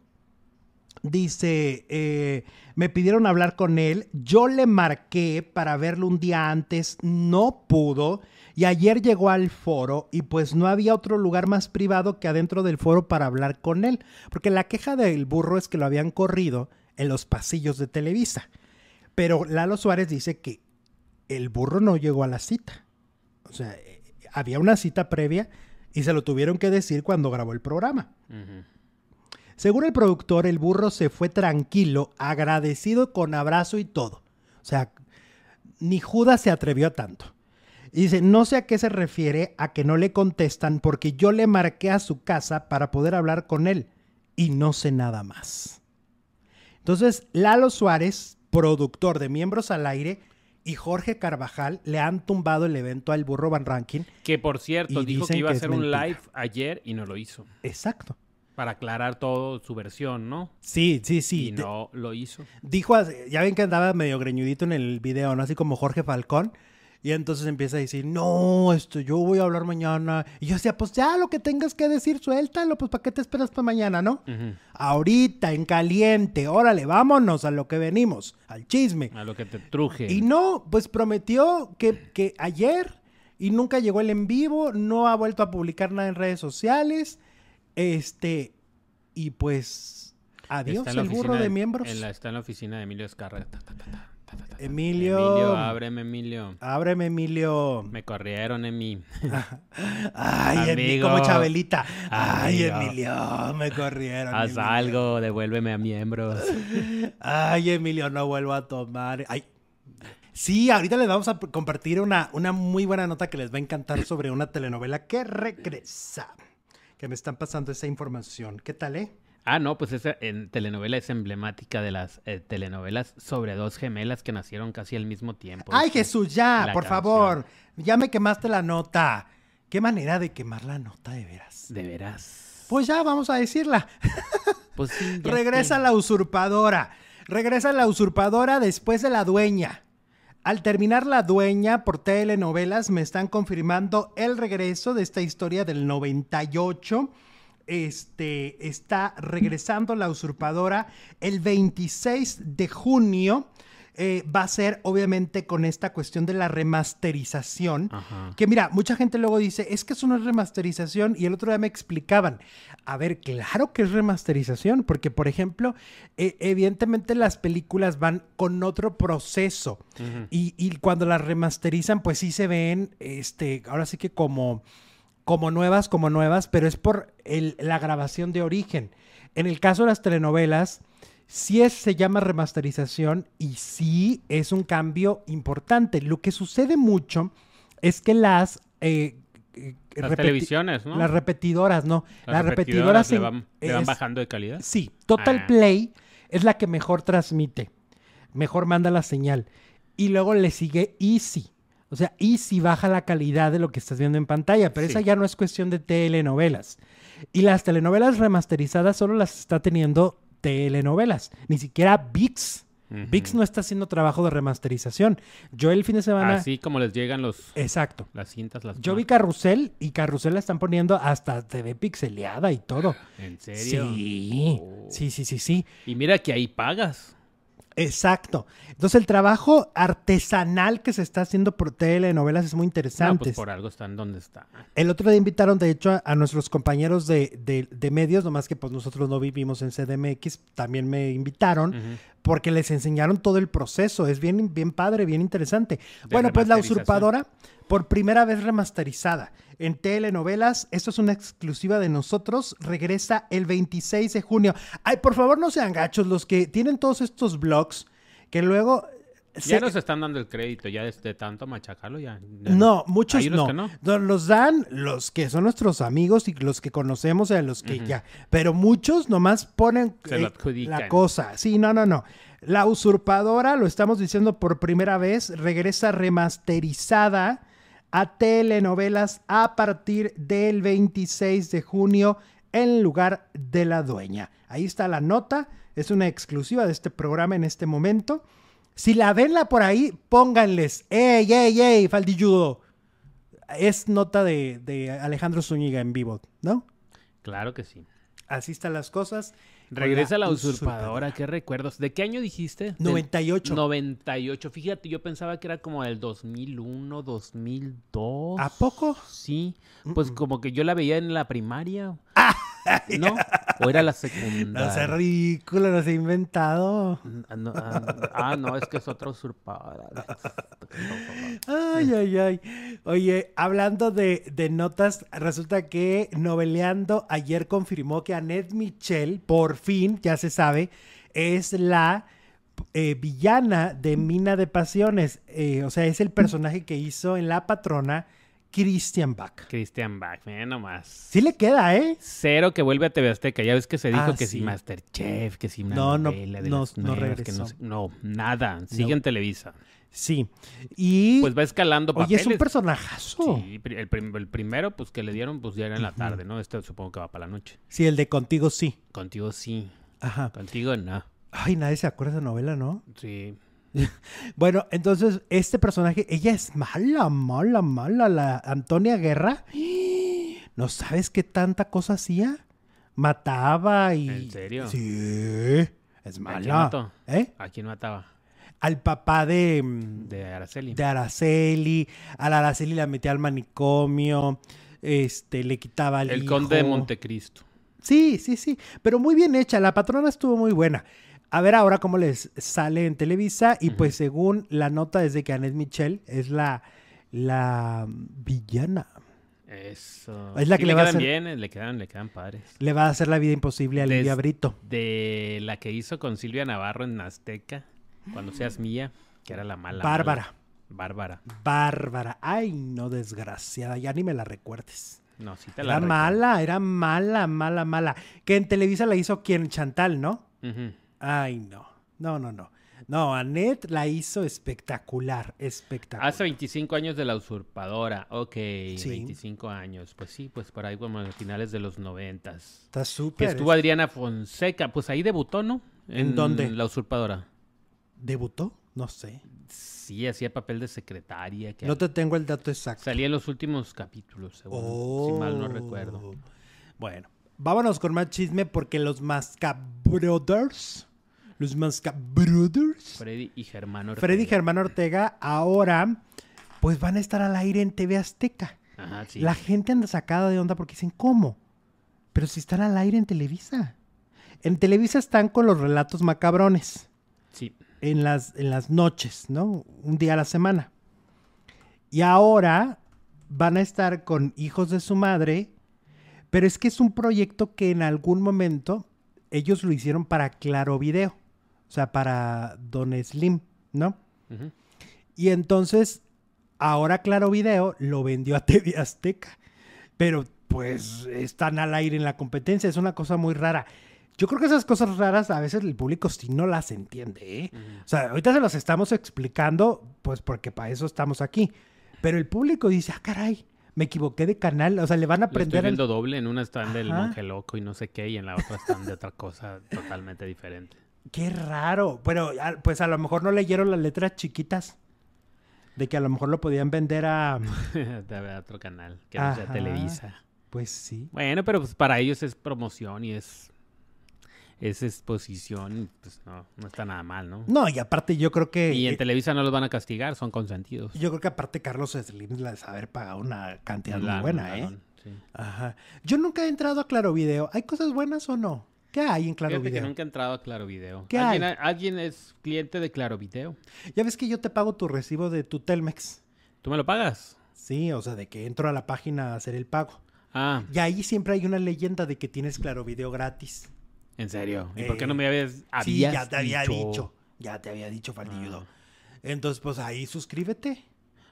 dice, eh, me pidieron hablar con él, yo le marqué para verlo un día antes, no pudo, y ayer llegó al foro y pues no había otro lugar más privado que adentro del foro para hablar con él, porque la queja del burro es que lo habían corrido en los pasillos de Televisa, pero Lalo Suárez dice que el burro no llegó a la cita. O sea, eh, había una cita previa y se lo tuvieron que decir cuando grabó el programa.
Ujú.
Según el productor, el burro se fue tranquilo, agradecido con abrazo y todo. O sea, ni Judas se atrevió a tanto. Y dice, no sé a qué se refiere a que no le contestan porque yo le marqué a su casa para poder hablar con él y no sé nada más. Entonces, Lalo Suárez, productor de Miembros al Aire, y Jorge Carvajal le han tumbado el evento al burro Van Ranking.
Que por cierto,
Y
dijo
dicen
que iba
que
a
es
hacer un
mentira.
live ayer y no lo hizo.
Exacto.
Para aclarar todo su versión, ¿no?
Sí, sí, sí.
Y
De-
no lo hizo.
Dijo, así- ya ven que andaba medio greñudito en el video, ¿no? Así como Jorge Falcón. Y entonces empieza a decir, no, esto, yo voy a hablar mañana. Y yo decía, pues ya lo que tengas que decir, suéltalo, pues ¿para qué te esperas para mañana, no?
Ujú.
Ahorita, en caliente, órale, vámonos a lo que venimos, al chisme.
A lo que te truje.
Y no, pues prometió que, que ayer y nunca llegó el en vivo, no ha vuelto a publicar nada en redes sociales. Este, y pues, adiós,
Está en la
el burro
oficina
de
de-
miembros.
en la- está en la oficina de Emilio Escarra. Ta, ta, ta, ta, ta, ta, ta.
Emilio.
Emilio, ábreme, Emilio.
Ábreme, Emilio.
Me corrieron, Emi.
Ay, Emi, como
Amigo.
Chabelita. Ay,
Amigo.
Emilio, me corrieron.
Haz
Emilio.
algo, devuélveme a miembros.
Ay, Emilio, no vuelvo a tomar. Ay. Sí, ahorita les vamos a p- compartir una, una muy buena nota que les va a encantar sobre una telenovela que regresa. Que me están pasando esa información. ¿Qué tal, eh?
Ah, no, pues esa en, telenovela es emblemática de las eh, telenovelas sobre dos gemelas que nacieron casi al mismo tiempo.
Ay,
Este,
Jesús, ya,
la
por
canción.
favor. Ya me quemaste la nota. Qué manera de quemar la nota, de veras.
De veras.
Pues ya, vamos a decirla.
Pues sí, ya
Regresa
sé.
la usurpadora. Regresa la usurpadora después de la dueña. Al terminar la dueña por telenovelas, me están confirmando el regreso de esta historia del 98. Este está regresando la usurpadora el 26 de junio. Eh, va a ser obviamente con esta cuestión de la remasterización.
Ajá.
Que mira, mucha gente luego dice, es que eso no es remasterización y el otro día me explicaban, a ver, claro que es remasterización, porque por ejemplo, e- evidentemente las películas van con otro proceso
Ujú.
y, y cuando las remasterizan, pues sí se ven, este, ahora sí que como, como nuevas, como nuevas, pero es por el- la grabación de origen. En el caso de las telenovelas, sí es- se llama remasterización y sí es un cambio importante. Lo que sucede mucho es que las... eh, eh,
Las
repeti-
televisiones, ¿no?
Las repetidoras, no. Las, repetidoras,
le
en-
van, le van
es-
bajando de calidad.
Sí, Total
Ah.
Play es la que mejor transmite, mejor manda la señal. Y luego le sigue Easy. O sea, Easy baja la calidad de lo que estás viendo en pantalla, pero
Sí.
esa ya no es cuestión de telenovelas. Y las telenovelas remasterizadas solo las está teniendo telenovelas, ni siquiera VIX.
Ujú.
VIX no está haciendo trabajo de remasterización. Yo el fin de semana...
Así como les llegan los,
Exacto.
las cintas, las
Eh, Yo vi
marcas.
Carrusel y Carrusel la están poniendo hasta TV pixeleada y todo.
¿En serio?
Sí,
Oh.
sí, sí, sí, sí.
Y mira que ahí pagas.
Exacto. Entonces el trabajo artesanal que se está haciendo por telenovelas es muy
No,
interesante.
pues por algo están donde están.
El otro día invitaron, de hecho, a, a nuestros compañeros de, de- de medios, nomás que pues nosotros no vivimos en CDMX, también me invitaron
Ujú.
porque les enseñaron todo el proceso. Es bien, bien padre, bien interesante.
De
Bueno, pues la
remasterización.
usurpadora, por primera vez remasterizada en telenovelas, esto es una exclusiva de nosotros, regresa el 26 de junio. Ay, por favor, no sean gachos los que tienen todos estos blogs que luego...
Ya
se-
nos están dando el crédito, ya desde tanto machacarlo, ya. ya
no, muchos
Hay unos
no.
que no.
No, Los dan los que son nuestros amigos y los que conocemos, a los que ya. Pero muchos nomás ponen
Se lo adjudican.
la cosa. Sí, no, no, no. La usurpadora, lo estamos diciendo por primera vez, regresa remasterizada a telenovelas a partir del 26 de junio en lugar de la dueña. Ahí está la nota. Es una exclusiva de este programa en este momento. Si la venla por ahí, pónganles. ¡Ey, ey, ey, faldilludo! Es nota de, de Alejandro Zúñiga en vivo, ¿no?
Claro que sí.
Así están las cosas. Con
Regresa la, usurpadora, qué recuerdos. ¿De qué año dijiste? Del
98.
98. Fíjate, yo pensaba que era como del 2001, 2002.
¿A poco?
Sí, pues como que yo la veía en la primaria.
Ah,
¿No? O era la secundaria.
No sea ridículo, no se ha inventado.
Ah, no, ah, ah, no, es que es otra usurpadora. Eh.
Ay, ay, ay. Oye, hablando de, de notas, resulta que Noveleando ayer confirmó que Annette Michel, por fin, ya se sabe, es la eh, villana de Mina de Pasiones. Eh, o sea, es el personaje que hizo en La Patrona Christian Bach.
Christian Bach, ve nomás.
Sí le queda, ¿eh?
Cero que vuelve a TV Azteca. Ya ves que se dijo
Ah,
que
sí.
si Masterchef, que si una
No, no,
novela de
no,
las
no
nuevas, que
regresó.
no, sé- no, nada. Sigue
No.
en Televisa.
Sí. Y...
Pues va escalando
Oye,
papeles.
es un personajazo.
Sí, pri- el, prim- el primero, pues que le dieron, pues ya era en la tarde, ¿no? Este supongo que va para la noche.
sí, el de Contigo sí.
Contigo sí,
Ajá.
contigo no.
Ay, nadie se acuerda de esa novela, ¿no?
Sí.
Bueno, entonces este personaje, ella es mala, mala, mala, la Antonia Guerra. ¿No sabes qué tanta cosa hacía? Mataba y...
¿En serio?
Sí, es mala.
mató?
¿Eh?
¿A quién mataba?
Al papá de, mm,
De Araceli.
de Araceli, a la Araceli la metía al manicomio, este, le quitaba el...
el conde de
hijo.
Montecristo.
Sí, sí, sí, pero muy bien hecha, la patrona estuvo muy buena. A ver ahora cómo les sale en Televisa. Y pues según la nota es de que Annette Michel es la, la villana.
Eso.
Es la que le va a
quedan
hacer-
bien, eh, le quedan, le quedan padres.
Le va a hacer la vida imposible a
Des-
Lidia Brito.
De la que hizo con Silvia Navarro en Azteca, cuando seas mía, que era la mala.
Mm. Bárbara.
mala. Bárbara.
Bárbara. Ay, no, desgraciada. Ya ni me la recuerdes.
No, sí te la
Era
recuerdo.
mala, era mala, mala, mala. Que en Televisa la hizo quien, Chantal, ¿no?
Ujú.
Ay, no. No, no, no. No, Annette la hizo espectacular, espectacular.
Hace 25 años de la usurpadora. Ok,
Sí.
25 años. Pues sí, pues por ahí como a finales de los 90.
Está
Que
súper.
estuvo
es-
Adriana Fonseca. Pues ahí debutó, ¿no?
¿En dónde?
La usurpadora.
¿Debutó? No sé.
Sí, hacía papel de secretaria. Que
No te tengo el dato exacto.
Salía en los últimos capítulos, según, si mal no recuerdo.
Oh. Bueno, vámonos con más chisme porque los Masca Brothers, los Masca Brothers,
Freddy y Germán Ortega.
Freddy y Germán Ortega, ahora pues van a estar al aire en TV Azteca.
Ajá, sí.
La gente anda sacada de onda porque dicen, ¿cómo? Pero si están al aire en Televisa. En Televisa están con los relatos macabrones
Sí.
en las, en las noches, ¿no? Un día a la semana. Y ahora van a estar con hijos de su madre, pero es que es un proyecto que en algún momento ellos lo hicieron para Claro Video, o sea, para Don Slim, ¿no?
Ujú.
Y entonces, ahora Claro Video lo vendió a TV Azteca. Pero pues están al aire en la competencia. Es una cosa muy rara. Yo creo que esas cosas raras a veces el público sí no las entiende. ¿eh?
Ujú.
O sea, ahorita se las estamos explicando, pues porque para eso estamos aquí. Pero el público dice, ah, caray, me equivoqué de canal. O sea, le van a
Lo estoy
aprender el
viendo doble. En una están del
Ajá.
monje loco y no sé qué, y en la otra están de otra cosa totalmente diferente.
Qué raro. Pero a- pues a lo mejor no leyeron las letras chiquitas. De que a lo mejor lo podían vender a...
de otro canal que no sea
Ajá.
Televisa.
Pues sí.
Bueno, pero pues para ellos es promoción y es, es exposición. y, Pues no, no está nada mal, ¿no?
No, y aparte yo creo que...
Y en
eh,
Televisa no los van a castigar, son consentidos.
Yo creo que aparte Carlos Slim la debe haber pagado una cantidad
La-
muy buena,
la-
¿eh?
sí.
Ajá. Yo nunca he entrado a Claro Video. ¿Hay cosas buenas o no? ¿Qué hay en Claro
Fíjate que
Video?
nunca he entrado a Claro Video.
¿Qué
¿Alguien, alguien es cliente de Claro Video?
Ya ves que yo te pago tu recibo de tu Telmex.
¿Tú me lo pagas?
Sí, o sea, de que entro a la página a hacer el pago.
Ah,
Y ahí siempre hay una leyenda de que tienes Claro Video gratis.
en serio. ¿Y por qué
Eh,
no me habías,
Sí,
habías
ya te había dicho. Ya te había dicho, Faldilludo. Entonces, pues ahí suscríbete.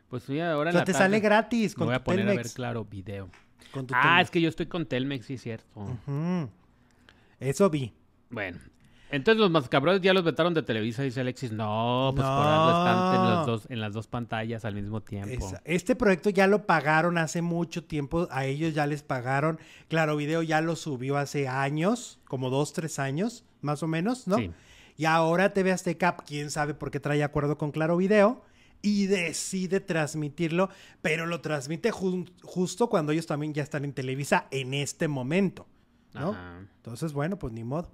Pues sí,
O
ahora en
sea,
la
te
tarde
sale gratis
me
con
voy
tu
a poner a ver
Telmex.
Claro Video.
Con tu
Ah, es
Telmex.
que yo estoy con Telmex, sí, es cierto.
Ujú. Eso vi.
Bueno. Entonces los mascabrones ya los vetaron de Televisa, dice Alexis. No, pues por algo están en, los
No.
dos, en las dos pantallas al mismo tiempo.
Esa- Este proyecto ya lo pagaron hace mucho tiempo, a ellos ya les pagaron. Claro, Video ya lo subió hace años, como dos, tres años, más o menos, ¿no?
Sí.
Y ahora TV Azteca, quién sabe por qué trae acuerdo con Claro Video y decide transmitirlo, pero lo transmite jun- justo cuando ellos también ya están en Televisa en este momento, ¿no?
Ajá.
Entonces, bueno, pues ni modo.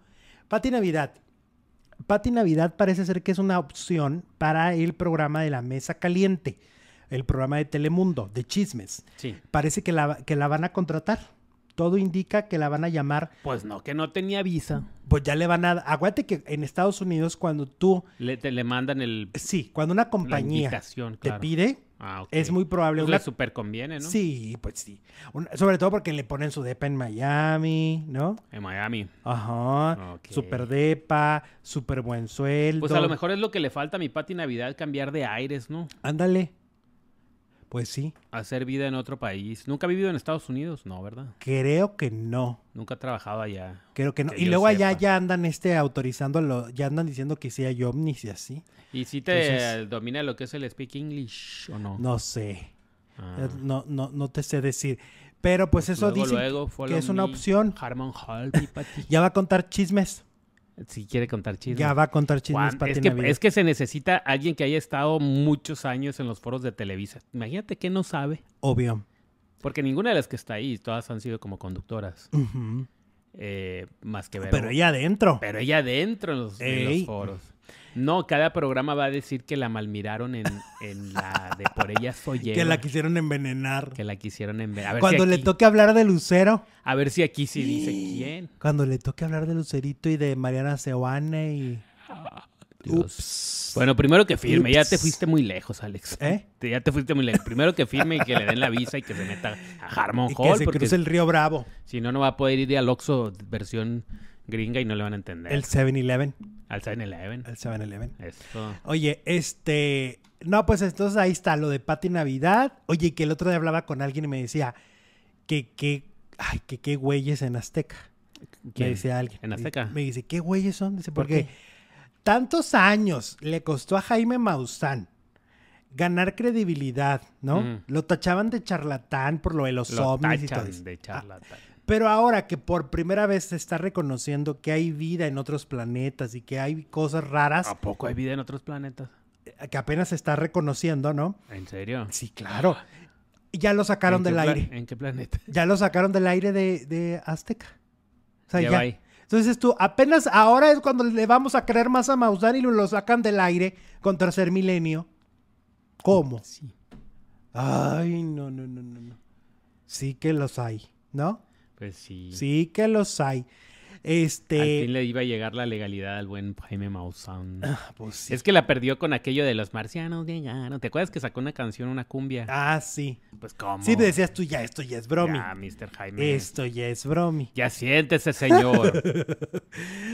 Pati Navidad. Pati Navidad parece ser que es una opción para el programa de la Mesa Caliente, el programa de Telemundo, de chismes.
Sí.
Parece que la, que la van a contratar. Todo indica que la van a llamar.
Pues no, que no tenía visa.
Pues ya le van a... Acuérdate que en Estados Unidos cuando tú...
Le, te- le mandan el,
Sí, cuando una
la
compañía
invitación,
te
claro.
pide,
Ah, ok.
es muy probable...
Pues
una-
le super conviene, ¿no?
Sí, pues sí. Un- sobre todo porque le ponen su depa en Miami, ¿no?
En Miami.
Ajá.
Ok.
Super depa, super buen sueldo.
Pues a lo mejor es lo que le falta a mi Pati Navidad, cambiar de aires, ¿no?
Ándale. Pues sí,
Hacer vida en otro país. Nunca ha vivido en Estados Unidos, no, ¿verdad?
creo que no.
Nunca ha trabajado allá.
Creo que no.
Que
y
yo
luego allá
sepa.
ya andan este autorizándolo, ya andan diciendo que sí hay ovnis y así.
¿Y si te
Entonces-
domina lo que es el speak English o no?
No sé.
Ah.
Eh, No, no, no te sé decir. Pero pues eso
Luego,
dicen
luego,
que
follow
es una
me,
opción.
Harmon Hall, mi Pati.
Ya va a contar chismes.
Si quiere contar chismes.
Ya va a contar chismes
Juan,
para
es, que, es que se necesita alguien que haya estado muchos años en los foros de Televisa. Imagínate que no sabe.
Obvio.
Porque ninguna de las que está ahí, todas han sido como conductoras.
Ujú.
eh, más que
Pero,
Vero.
ella adentro.
Pero ella dentro en los, en los
Ey.
foros. No, cada programa va a decir que la malmiraron en, en la de Por ella soy yo.
que la quisieron envenenar.
que la quisieron en a ver
Cuando
si
le
aquí-
toque hablar de Lucero.
A ver si aquí sí dice quién.
Cuando le toque hablar de Lucerito y de Mariana Seoane y...
Dios.
Ups.
Bueno, primero que firme. Ya te
Ups.
fuiste muy lejos, Alex.
¿Eh?
Te- Ya te fuiste muy lejos. Primero que firme y que le den la visa y que se meta a Harmon
Y que
Hall.
se
Porque
cruce el río Bravo,
si no, no va a poder ir al Oxxo versión gringa y no le van a entender.
el 7-Eleven.
Al 7-Eleven.
El 7-Eleven.
Eso.
Oye, este. No, pues entonces ahí está lo de Pati Navidad. Oye, y que el otro día hablaba con alguien y me decía que qué. Ay, que qué güeyes en Azteca.
¿Quién?
Me decía alguien.
¿En Azteca?
Me dice, ¿qué güeyes son? Dice,
¿Por
porque
qué?
tantos años le costó a Jaime Maussan ganar credibilidad, ¿no?
Mm.
Lo tachaban de charlatán por lo de los
Lo
ovnis y todo
tachan
eso. Ah.
de charlatán.
Pero ahora que por primera vez se está reconociendo que hay vida en otros planetas y que hay cosas raras
¿A poco hay vida en otros planetas?
eh, que apenas se está reconociendo, ¿no?
¿En serio?
Sí, claro. Ya lo sacaron
Ah. ¿En qué
del
pla-
aire.
¿En qué planeta?
Ya lo sacaron del aire de, de Azteca. O sea,
Ya
ya.
va ahí.
Entonces tú, apenas ahora es cuando le vamos a creer más a Maussan y lo- lo sacan del aire con tercer milenio. ¿Cómo?
Sí.
Ay, no, no, no, no, no. Sí que los hay, ¿no?
Pues sí.
Sí que los hay.
Al
Este.
fin le iba a llegar la legalidad al buen Jaime Maussan.
Ah, pues sí.
Es que la perdió con aquello de los marcianos llegaron. ¿Te acuerdas que sacó una canción, una cumbia?
Ah, sí.
Pues cómo.
Sí, me decías tú, ya, esto ya es bromi.
Ya, Mr. Jaime.
esto ya es bromi.
Ya siéntese, señor.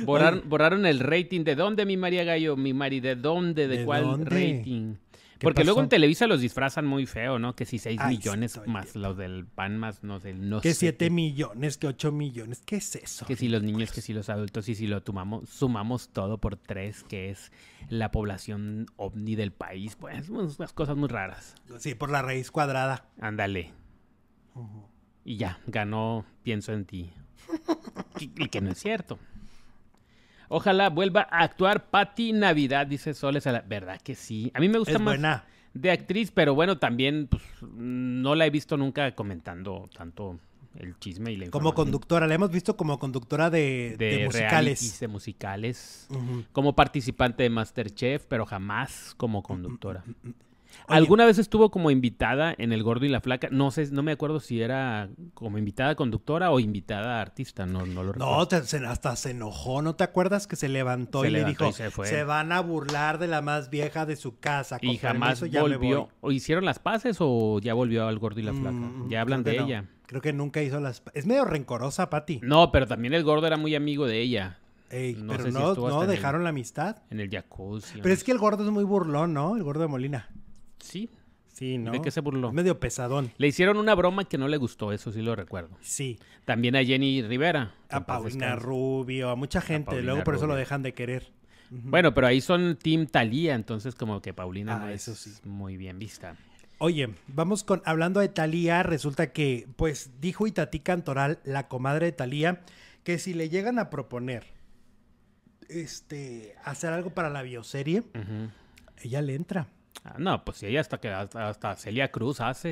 Borrar- borraron el rating. ¿De dónde, mi María Gallo? Mi Mari, ¿de dónde? ¿De,
¿De
cuál
dónde?
rating?
¿Qué
Porque luego
pasó?
en Televisa los disfrazan muy feo, ¿no? Que si 6
Ay,
millones
estoy
más los del pan más, no sé, no
Que
sé qué.
7 millones, que 8 millones. ¿Qué es eso?
Que si los niños,
pues.
que si los adultos y si lo tomamos, sumamos todo por tres, que es la población ovni del país, pues unas unas cosas muy raras.
Sí, por la raíz cuadrada.
Ándale.
Ujú.
Y ya, ganó Pienso en ti. Y y que no es cierto. Ojalá vuelva a actuar Patti Navidad, dice Soles. A la... ¿Verdad que sí? A mí me gusta
Es
más
buena.
de actriz, pero bueno, también pues, no la he visto nunca comentando tanto el chisme y la
Como
información
conductora, la hemos visto como conductora de, de
realities,
musicales.
de musicales.
Ujú.
como participante de MasterChef, pero jamás como
Mm,
conductora.
Oye.
Alguna vez estuvo como invitada en El Gordo y la Flaca. No sé, no me acuerdo si era como invitada conductora o invitada artista. No, no lo recuerdo.
No, te- se- hasta se enojó, ¿no te acuerdas que se levantó
pues Se
y le
levantó
dijo,
y se
se,
fue"?
van a burlar de la más vieja de su casa? con
y jamás
permiso, ya me
volvió.
voy".
¿O hicieron las paces o ya volvió al Gordo y la Flaca?
Mm,
ya hablan de
creo que no.
ella.
Creo que nunca hizo las... pa- Es medio rencorosa, Pati.
No, pero también el Gordo era muy amigo de ella
Ey,
no
pero
sé si
no,
estuvo
no
hasta en el-
dejaron la amistad.
en el jacuzzi. ¿no?
Pero es que el gordo es muy burlón, ¿no? El gordo de Molina.
Sí,
Sí, ¿no?
¿de qué se burló?
Es medio pesadón.
Le hicieron una broma que no le gustó, eso sí lo recuerdo.
Sí.
También a Jenny Rivera. que en
A
paz
Paulina
descanse.
Rubio, a mucha gente.
Paulina
Luego por eso lo
Rubio.
dejan de querer.
Bueno, pero ahí son Team Talía, entonces como que Paulina no
Ah,
es
eso sí.
muy bien vista.
Oye, vamos con, hablando de Talía, resulta que, pues, dijo Itatí Cantoral, la comadre de Talía, que si le llegan a proponer, este, hacer algo para la bioserie,
Ujú.
ella le entra.
Ah, no, pues sí, ella hasta que hasta, hasta Celia Cruz hace.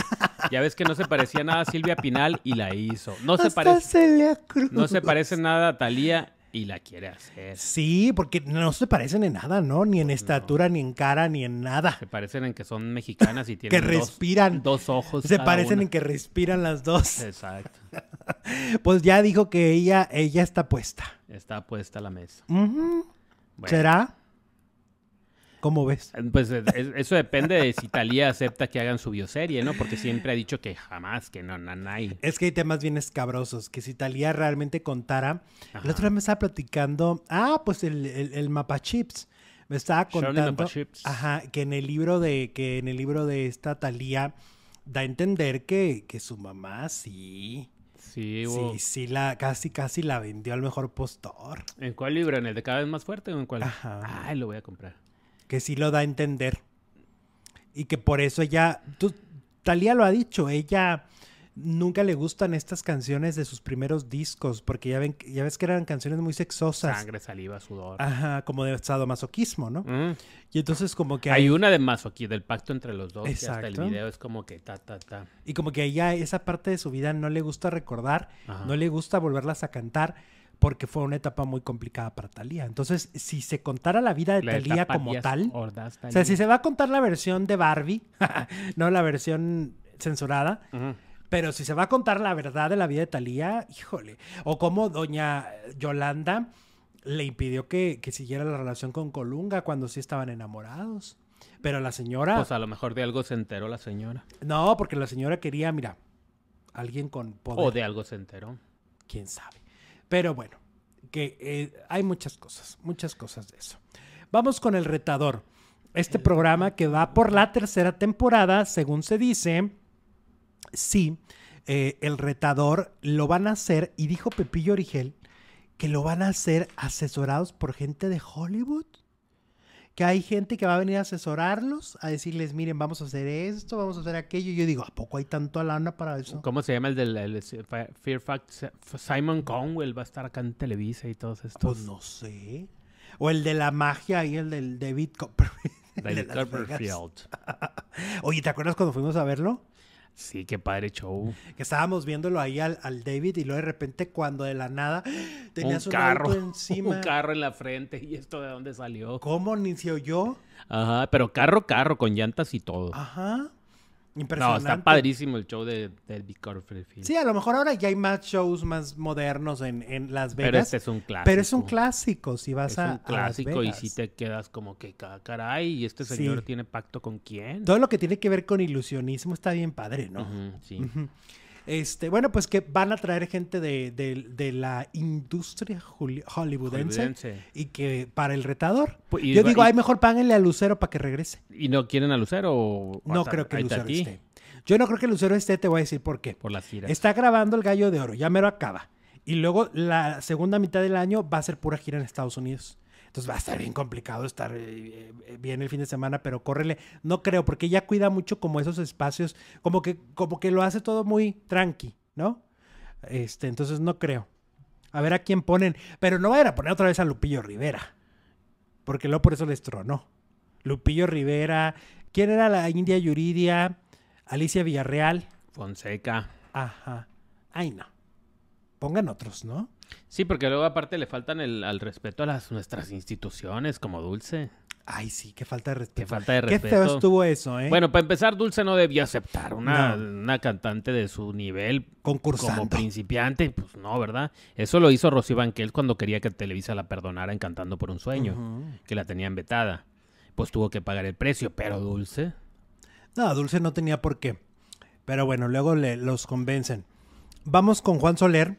Ya ves que no se parecía nada a Silvia Pinal y la hizo. No se parece, no se parece nada a Talía y la quiere hacer.
Sí, porque no se parecen en nada, ¿no? Ni en estatura, ni en cara, ni en nada.
Se parecen en que son mexicanas y tienen dos-
respiran.
dos, ojos.
Se
cada
parecen
una.
en que respiran las dos.
Exacto.
Pues ya dijo que ella, ella está puesta.
Está puesta la mesa.
Ujú.
Bueno,
¿Será? ¿Cómo ves?
Pues es- es- eso depende de si Talía acepta que hagan su bioserie, ¿no? Porque siempre ha dicho que jamás, que no, nanay.
Es que hay temas bien escabrosos, que si Talía realmente contara...
Ajá.
El otro día me estaba platicando... Ah, pues el, el, el mapa chips. Me estaba
Shirley
contando...
Mapachips.
Ajá, que en el libro de, que en el libro de esta Talía da a entender que, que su mamá sí...
Sí, hubo-
Sí, sí, la, casi, casi la vendió al mejor postor.
¿En cuál libro? ¿En el de cada vez más fuerte o en cuál?
Ajá.
Ay, lo voy a comprar.
que sí lo da a entender. Y que por eso ella, tú, Talía lo ha dicho, ella nunca le gustan estas canciones de sus primeros discos, porque ya, ven, ya ves que eran canciones muy sexosas.
Sangre, saliva, sudor.
Ajá, como de sadomasoquismo, ¿no?
Mm.
Y entonces como que
Hay
ahí-
una de masoquí, del pacto entre los dos. que hasta el
Exacto.
video es como que ta, ta, ta.
y como que a ella esa parte de su vida no le gusta recordar,
Ajá.
no le gusta volverlas a cantar porque fue una etapa muy complicada para Talía. Entonces, si se contara la vida de
La
Talía
etapa
como
Díaz
tal,
Ordaz,
o sea,
Talía.
si se va a contar la versión de Barbie, no la versión censurada,
Ujú.
Pero si se va a contar la verdad de la vida de Talía, híjole. O como doña Yolanda le impidió que, que siguiera la relación con Colunga cuando sí estaban enamorados. Pero la señora...
Pues a lo mejor de algo se enteró la señora.
No, porque la señora quería, mira, alguien con poder.
O de algo se enteró.
Quién sabe. Pero bueno, que eh, hay muchas cosas, muchas cosas de eso. Vamos con el retador. Este programa que va por la tercera temporada, según se dice, sí, eh, el retador lo van a hacer, y dijo Pepillo Origel, que lo van a hacer asesorados por gente de Hollywood que hay gente que va a venir a asesorarlos, a decirles, miren, vamos a hacer esto, vamos a hacer aquello. Y yo digo, ¿a poco hay tanto lana para eso?
¿Cómo se llama el del el Fear Fact? Simon Conwell va a estar acá en Televisa y todos estos.
Pues no sé. O el de la magia y el del David Copperfield. el de
David
Las Vegas.
Copperfield.
Oye, ¿te acuerdas cuando fuimos a verlo?
Sí, qué padre show.
Que estábamos viéndolo ahí al, al David y luego de repente cuando de la nada tenías
un
un,
carro.
auto encima.
Un carro en la frente. ¿Y esto de dónde salió?
¿Cómo ni se oyó?
Ajá, pero carro, carro, con llantas y todo.
Ajá.
no,
Ah, Impresionante.
está padrísimo el show de, del Big Copperfield.
Sí, a lo mejor ahora ya hay más shows más modernos en, en Las Vegas.
pero este es un clásico.
Pero es un clásico, si vas
Es
a.
un
a Las
clásico y
Vegas.
si te quedas como que ca- caray, ¿y este
Sí.
señor tiene pacto con quién?
Todo lo que tiene que ver con ilusionismo está bien padre, ¿no?
Ujú, sí.
Este, bueno, pues que van a traer gente de, de- de la industria juli- hollywoodense,
Hollywoodense.
y que para el retador.
Pues, y
Yo
va-
digo,
y-
ay, mejor páguenle a Lucero para que regrese.
¿Y no quieren a Lucero? o
No
a-
creo que
a
Lucero
Itatí?
esté. Yo no creo que Lucero esté, te voy a decir por qué.
Por las giras.
Está grabando el Gallo de Oro, ya mero acaba. Y luego la segunda mitad del año va a ser pura gira en Estados Unidos. Entonces va a estar bien complicado estar eh, eh, bien el fin de semana, pero córrele. No creo, porque ella cuida mucho como esos espacios, como que, como que lo hace todo muy tranqui, ¿no? Este, entonces no creo. A ver a quién ponen. Pero no vayan a poner otra vez a Lupillo Rivera. Porque luego por eso les tronó. Lupillo Rivera. ¿Quién era la India Yuridia? Alicia Villarreal.
Fonseca.
Ajá. Ay, no. Pongan otros, ¿no?
Sí, porque luego aparte le faltan el, al respeto a las nuestras instituciones como Dulce.
Ay, sí, qué falta de respeto.
Qué falta de
Pues, Qué feo
respeto.
estuvo eso, ¿eh?
Bueno, para empezar, Dulce no debió aceptar una,
No.
una cantante de su nivel
concursando.
como principiante. Pues no, ¿verdad? Eso lo hizo Rosy Banquel cuando quería que Televisa la perdonara en Cantando por un Sueño,
Ujú.
que la tenían vetada. Pues tuvo que pagar el precio, pero Dulce.
No, Dulce no tenía por qué. Pero bueno, luego le- los convencen. Vamos con Juan Soler,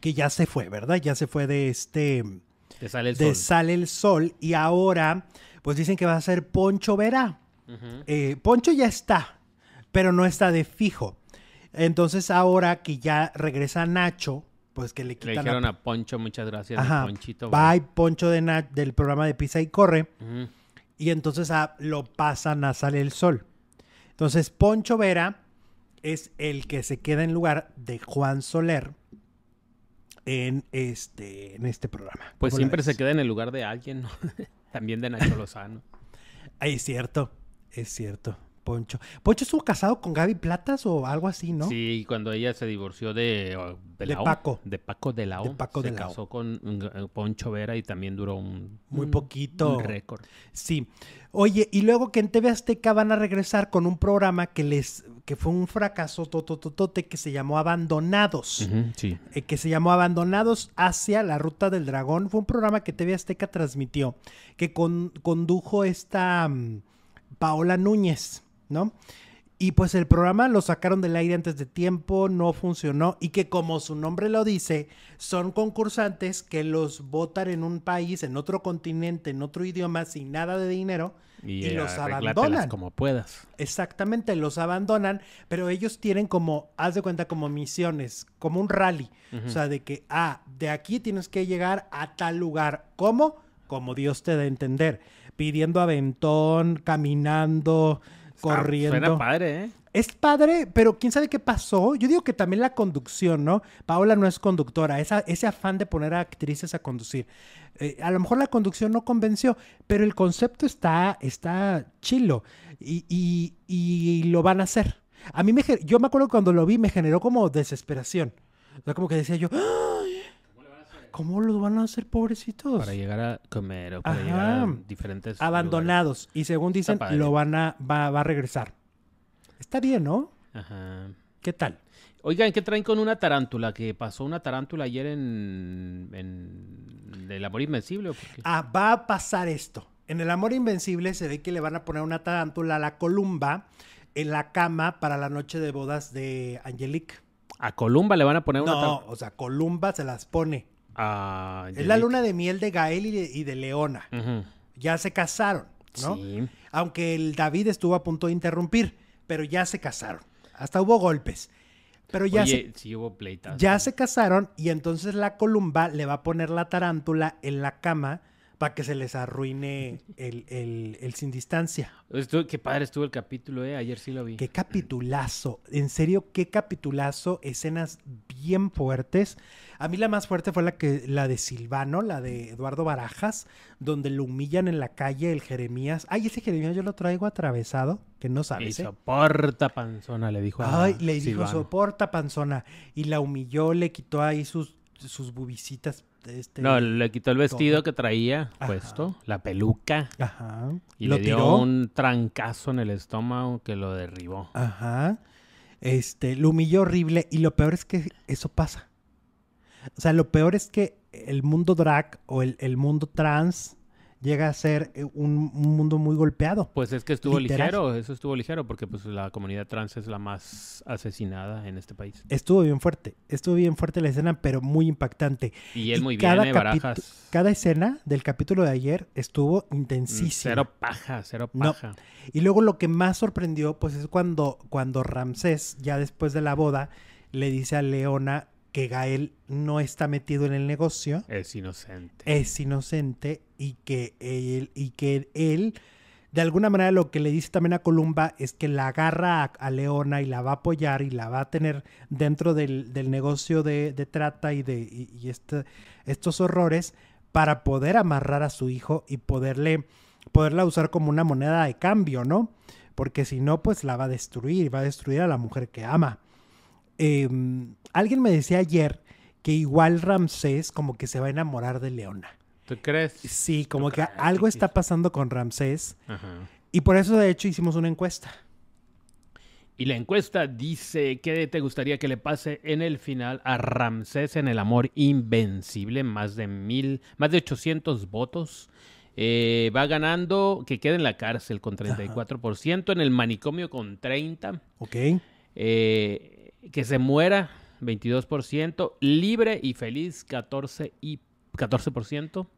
que ya se fue, ¿verdad? Ya se fue de este.
Te sale el
de
sol.
Sale el Sol. Y ahora, pues dicen que va a ser Poncho Vera.
Ujú.
Eh, Poncho ya está, pero no está de fijo. Entonces ahora que ya regresa Nacho, pues que le
Le
quitan la
dijeron a Poncho, muchas gracias, mi
Ajá.
Ponchito.
Bye, Poncho de Na- del programa de Pisa y Corre.
Ujú.
Y entonces ah, lo pasan a Sale el Sol. Entonces, Poncho Vera es el que se queda en lugar de Juan Soler en este, en este programa.
Pues
¿Cómo la
siempre
ves?
se queda en el lugar de alguien, ¿no? También de Nacho Lozano.
Ay, es cierto, es cierto. Poncho. Poncho estuvo casado con Gaby Platas o algo así, ¿no?
Sí, cuando ella se divorció de, o- de,
De
Lao,
Paco.
De Paco de Lao.
De Paco
se
de Lao.
casó con mm, Poncho Vera y también duró un...
Muy
un-
poquito.
Un récord.
Sí. Oye, y luego que en TV Azteca van a regresar con un programa que les que fue un fracaso totototote que se llamó Abandonados.
Ujú, sí.
eh, que se llamó Abandonados hacia la Ruta del Dragón. Fue un programa que TV Azteca transmitió, que con- condujo esta mm, Paola Núñez, ¿no? Y pues el programa lo sacaron del aire antes de tiempo, no funcionó y que como su nombre lo dice, son concursantes que los votan en un país, en otro continente, en otro idioma, sin nada de dinero.
Y,
Y los
los
abandonan.
como puedas.
Exactamente, los abandonan, pero ellos tienen como, haz de cuenta, como misiones, como un rally. O sea, de que, ah, de aquí tienes que llegar a tal lugar. ¿Cómo? Como Dios te da a entender. Pidiendo aventón, caminando, corriendo.
Suena padre, ¿eh?
Es padre, pero quién sabe qué pasó. Yo digo que también la conducción, ¿no? Paola no es conductora. Esa, ese afán de poner a actrices a conducir. Eh, a lo mejor la conducción no convenció, pero el concepto está, está chilo y, y- y lo van a hacer. A mí me, gen- yo me acuerdo que cuando lo vi me generó como desesperación. O sea, como que decía yo, "Ay, ¿cómo lo van a hacer, pobrecitos?
Pues Para llegar a comer o para
Ajá.
llegar a diferentes lugares.
Abandonados. Y según dicen,
padre.
lo van a, va, va a regresar. Está bien, ¿no?
Ajá.
¿Qué tal?
Oigan, ¿qué traen con una tarántula? Que pasó una tarántula ayer en, en El Amor Invencible. ¿o por qué?
Ah, va a pasar esto. En El Amor Invencible se ve que le van a poner una tarántula a la columba en la cama para la noche de bodas de Angelique.
A Columba le van a poner una
No,
tarántula.
o sea, Columba se las pone.
Ah,
Es la
Angelique.
luna de miel de Gael y de, y de Leona.
Ujú.
Ya se casaron, ¿no?
Sí.
Aunque el David estuvo a punto de interrumpir, pero ya se casaron. Hasta hubo golpes. Pero ya se
Oye, sí hubo pleitas.
Ya se casaron y entonces la columba le va a poner la tarántula en la cama para que se les arruine el, el- el sin distancia.
Estuvo- qué padre estuvo el capítulo, ¿eh? Ayer sí lo vi.
Qué capitulazo. En serio, qué capitulazo. Escenas bien fuertes. A mí la más fuerte fue la, que, la de Silvano, la de Eduardo Barajas, donde lo humillan en la calle el Jeremías. Ay, ese Jeremías yo lo traigo atravesado, que no
Y
sabes. ¿eh?
soporta panzona, le dijo a
Ay, le dijo,
Silvano.
soporta panzona. Y la humilló, le quitó ahí sus, sus bubicitas. Este,
No, le quitó el vestido que traía
Ajá.
puesto, la peluca,
Ajá.
y
lo
le dio
tiró.
un trancazo en el estómago que lo derribó.
Ajá. Este, lo humilló horrible. Y lo peor es que eso pasa. O sea, lo peor es que el mundo drag o el, el mundo trans llega a ser eh, un, un mundo muy golpeado.
Pues es que estuvo
Literal.
ligero, eso estuvo ligero, porque pues la comunidad trans es la más asesinada en este país.
Estuvo bien fuerte. Estuvo bien fuerte la escena, pero muy impactante.
Y él
Y
muy bien,
cada
¿eh?
capitu-
Barajas.
Cada escena del capítulo de ayer estuvo
Mm,
intensísima.
Cero paja, cero
No.
paja.
Y luego lo que más sorprendió, pues es cuando, cuando Ramsés, ya después de la boda, le dice a Leona que Gael no está metido en el negocio,
Es inocente.
es inocente y que él, y que él de alguna manera lo que le dice también a Columba es que la agarra a, a Leona y la va a apoyar y la va a tener dentro del, del negocio de, de trata y de y- y este- estos horrores para poder amarrar a su hijo y poderle poderla usar como una moneda de cambio, ¿no? Porque si no, pues la va a destruir, va a destruir a la mujer que ama. Eh, alguien me decía ayer que igual Ramsés como que se va a enamorar de Leona.
¿Tú crees?
Sí, como que
crees,
algo está
Chiquis?
pasando con Ramsés.
Ajá.
Y por eso, de hecho, hicimos una encuesta.
Y la encuesta dice, ¿qué te gustaría que le pase en el final a Ramsés en el amor invencible? Más de mil, más de 800 votos. Eh, va ganando que quede en la cárcel con 34%, en el manicomio con 30%,
¿Ok?
eh, que se muera 22%, libre y feliz 14%, y 14%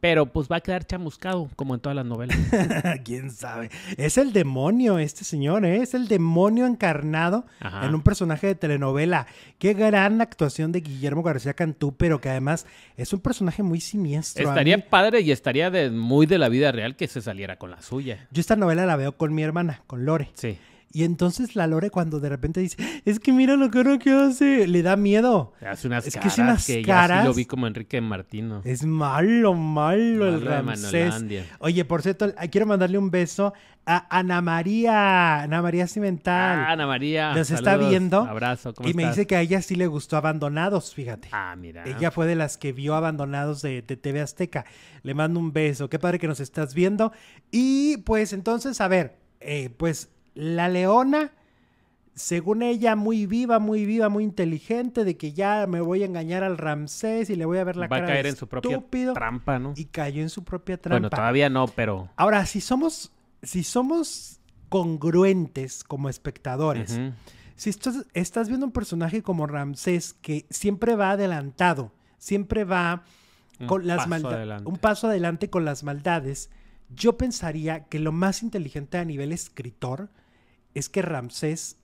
pero pues va a quedar chamuscado como en todas las novelas.
¿Quién sabe? Es el demonio este señor, ¿eh? Es el demonio encarnado
Ajá.
en un personaje de telenovela. Qué gran actuación de Guillermo García Cantú, pero que además es un personaje muy siniestro. A
Estaría
mí-
padre y estaría de, muy de la vida real que se saliera con la suya.
Yo esta novela la veo con mi hermana, con Lore.
Sí.
Y entonces la Lore cuando de repente dice, es que mira lo caro que hace, le da miedo.
Hace unas
Es que es
caras que,
unas
ya sí lo
caras.
vi como Enrique Martino.
Es malo, malo el
Malo de
Ramsés.
Manolandia.
Oye, por cierto, ah, quiero mandarle un beso a Ana María, Ana María
Ah,
Cimental.
Ana María.
Nos está
saludos,
viendo
Abrazo. ¿cómo
y me
estás?
dice que a ella sí le gustó Abandonados, fíjate.
Ah, mira.
Ella fue de las que vio Abandonados de, de TV Azteca. Le mando un beso. Qué padre que nos estás viendo. Y pues entonces, a ver, eh, pues la leona, según ella, muy viva, muy viva, muy inteligente, de que ya me voy a engañar al Ramsés y le voy a ver la
Va a
cara
caer
de
en su propia
estúpido.
trampa, ¿no?
Y cayó en su propia trampa.
Bueno, todavía no, pero.
Ahora, si somos, si somos congruentes como espectadores,
Ujú.
si estás, estás viendo un personaje como Ramsés que siempre va adelantado, siempre va
Un
con las
paso
maldades,
adelante.
un paso adelante con las maldades, yo pensaría que lo más inteligente a nivel escritor es que Ramsés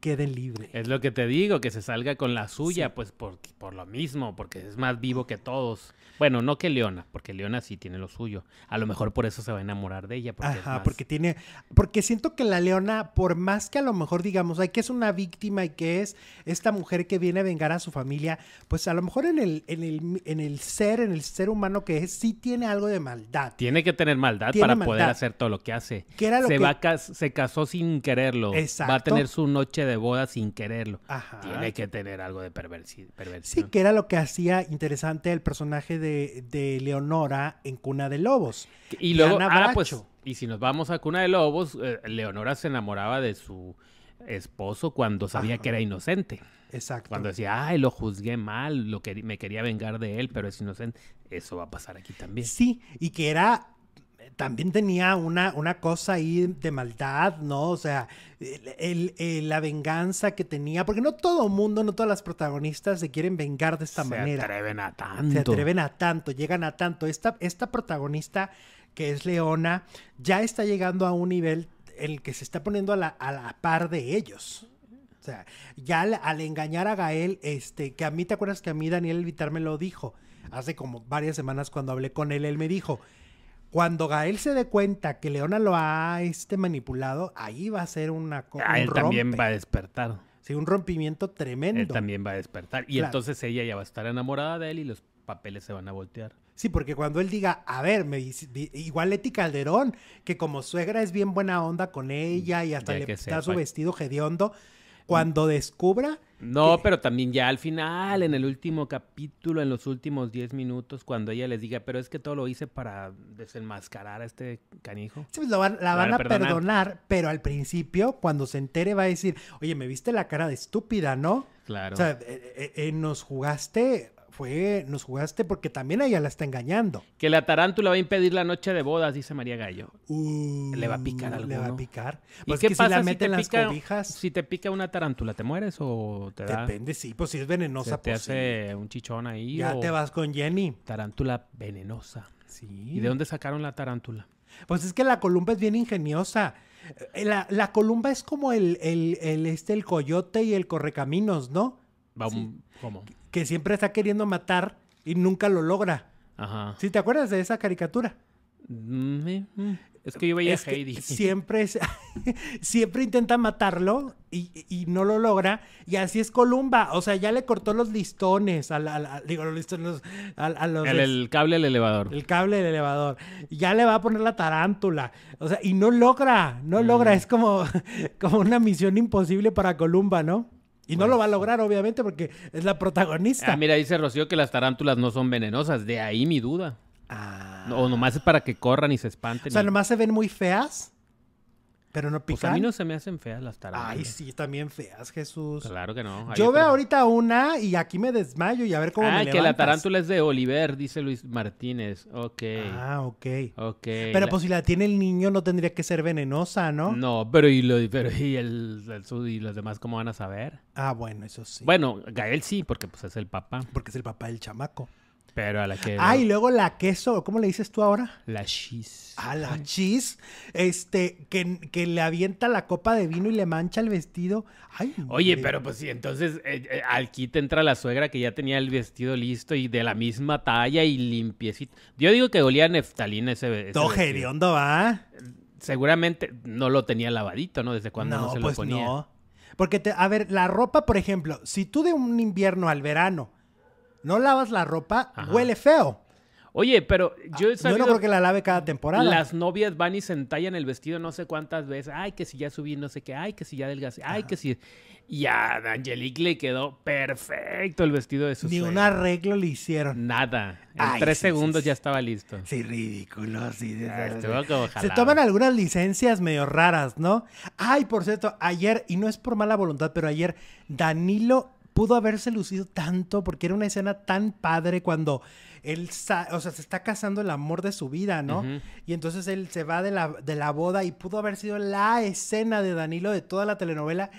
quede libre.
Es lo que te digo, que se salga con la suya,
Sí.
pues por, por lo mismo, porque es más vivo que todos. Bueno, no que Leona, porque Leona sí tiene lo suyo. A lo mejor por eso se va a enamorar de ella. Porque es
Ajá,
más-
porque tiene, porque siento que la leona, por más que a lo mejor digamos, ay, que es una víctima y que es esta mujer que viene a vengar a su familia, pues a lo mejor en el, en el, en el ser, en el ser humano que es, sí tiene algo de maldad.
Tiene que tener maldad
Tiene
para poder
maldad.
hacer todo lo que hace.
Que era lo
se,
que-
va a cas- se casó sin quererlo. Va a
Exacto.
tener su noche de boda sin quererlo.
Ajá.
Tiene que tener algo de perversi-
Sí,
perversión.
que era lo que hacía interesante el personaje de, de Leonora en Cuna de Lobos.
Y luego,
Ana
ah, pues,
Bracho.
y si nos vamos a Cuna de Lobos, eh, Leonora se enamoraba de su esposo cuando sabía
Ajá.
que era inocente.
Exacto.
Cuando decía, ay, lo juzgué mal, lo quer- me quería vengar de él, pero es inocente. Eso va a pasar aquí también.
Sí, y que era. También tenía una, una cosa ahí de maldad, ¿no? O sea, el- el- el- la venganza que tenía. Porque no todo mundo, no todas las protagonistas se quieren vengar de esta
se
manera.
atreven a tanto.
Se atreven a tanto, llegan a tanto. Esta, esta protagonista, que es Leona, ya está llegando a un nivel en el que se está poniendo a la, a la par de ellos. O sea, ya al, al engañar a Gael, este, que a mí, ¿te acuerdas que a mí Daniel Elvitar me lo dijo? Hace como varias semanas cuando hablé con él, él me dijo, cuando Gael se dé cuenta que Leona lo ha este, manipulado, ahí va a ser una cosa.
Ah, él también va a despertar.
Sí, un rompimiento tremendo.
Él también va a despertar. Y
Claro.
entonces ella ya va a estar enamorada de él y los papeles se van a voltear.
Sí, porque cuando él diga, a ver, me, hici- vi- igual Leti Calderón, que como suegra es bien buena onda con ella y hasta
Ya
le
que
da su
sepa.
vestido hediondo, cuando descubra,
No,
¿Qué?
pero también ya al final, en el último capítulo, en los últimos 10 minutos, cuando ella les diga, pero es que todo lo hice para desenmascarar a este canijo.
sí, pues, lo van- la
La
van
van
a
a perdonar.
perdonar, pero al principio, cuando se entere, va a decir, oye, me viste la cara de estúpida, ¿no?
Claro.
O sea, eh, eh, eh, nos jugaste, fue, nos jugaste porque también ella la está engañando.
que la tarántula va a impedir la noche de bodas, dice María Gallo. Le va a picar
Uh, Le va a
alguno.
picar.
¿Y
Pues es
qué
que
pasa
si la
si
meten
te
las
pica-
cobijas,
Si te pica una tarántula, ¿te mueres o te da?
depende, sí, pues si es
se
venenosa,
te
pues sí.
hace un chichón ahí
Ya
o
te vas con Jenny.
tarántula venenosa.
Sí.
¿Y de dónde sacaron la tarántula?
Pues es que la columba es bien ingeniosa. Eh, La, la columba es como el, el, el, este, el coyote y el correcaminos, ¿no?
Va un- ¿Cómo?
Que siempre está queriendo matar y nunca lo logra.
Ajá.
¿Sí te acuerdas de esa caricatura?
Mm, eh, mm. Es que yo veía
Es que
Heidi.
siempre, es- siempre intenta matarlo y, y no lo logra. Y así es Columba. O sea, ya le cortó los listones a, la- a la- digo, los listones a, a los
El, el cable del elevador.
El cable del elevador. Y Ya le va a poner la tarántula. O sea, y no logra, no logra. Es como, como una misión imposible para Columba, ¿no? Y no lo va a lograr, obviamente, porque es la protagonista.
Ah, mira, dice Rocío que las tarántulas no son venenosas. De ahí mi duda.
Ah.
No, O nomás es para que corran y se
o
espanten.
sea,
y-
nomás se ven muy feas, pero no
Pues
pican.
a mí no se me hacen feas las tarántulas.
Ay, sí, también feas, Jesús.
Claro que no. hay
Yo veo
otras-
ahorita una y aquí me desmayo y a ver cómo
Ah,
me
que la
levantas.
tarántula es de Oliver, dice Luis Martínez. Ok.
Ah, ok.
ok.
Pero
La-
pues si la tiene el niño no tendría que ser venenosa, ¿no?
No, pero y, lo, pero y, el, el su- y los demás, ¿cómo van a saber?
Ah, bueno, eso sí.
Bueno, Gael sí, porque pues es el papá.
Porque es el papá del chamaco.
Pero a la que.
Ah, y luego la queso, ¿cómo le dices tú ahora?
La shis.
A la chis, este, que, que le avienta la copa de vino y le mancha el vestido. Ay,
Oye,
hombre.
pero pues sí, entonces eh, eh, aquí te entra la suegra que ya tenía el vestido listo y de la misma talla y limpiecito. Yo digo que olía a neftalina ese, ve- ese
Todo
vestido.
hediondo va.
Seguramente no lo tenía lavadito, ¿no? Desde cuando no, se
pues,
lo ponía.
Porque, te, a ver, la ropa, por ejemplo, si tú de un invierno al verano no lavas la ropa,
Ajá.
huele feo.
Oye, pero yo he
Ah, Yo no
sabido-
creo que la lave cada temporada.
Las novias van y se entallan el vestido no sé cuántas veces. Ay, que si ya subí, no sé qué. Ay, que si ya adelgacé. Ay, que si... Y a Angelique le quedó perfecto el vestido de su
Ni un
suegra.
arreglo le hicieron.
Nada. En
Ay,
tres
sí, sí,
segundos
sí.
ya estaba listo.
Sí, ridículo, sí. sí,
Ah,
sí,
estuvo
sí.
como
Se
jalado.
toman algunas licencias medio raras, ¿no? Ay, por cierto, ayer, y no es por mala voluntad, pero ayer Danilo pudo haberse lucido tanto porque era una escena tan padre cuando él, sa- o sea, se está casando el amor de su vida, ¿no?
Ujú.
Y entonces él se va de la, de la boda y pudo haber sido la escena de Danilo de toda la telenovela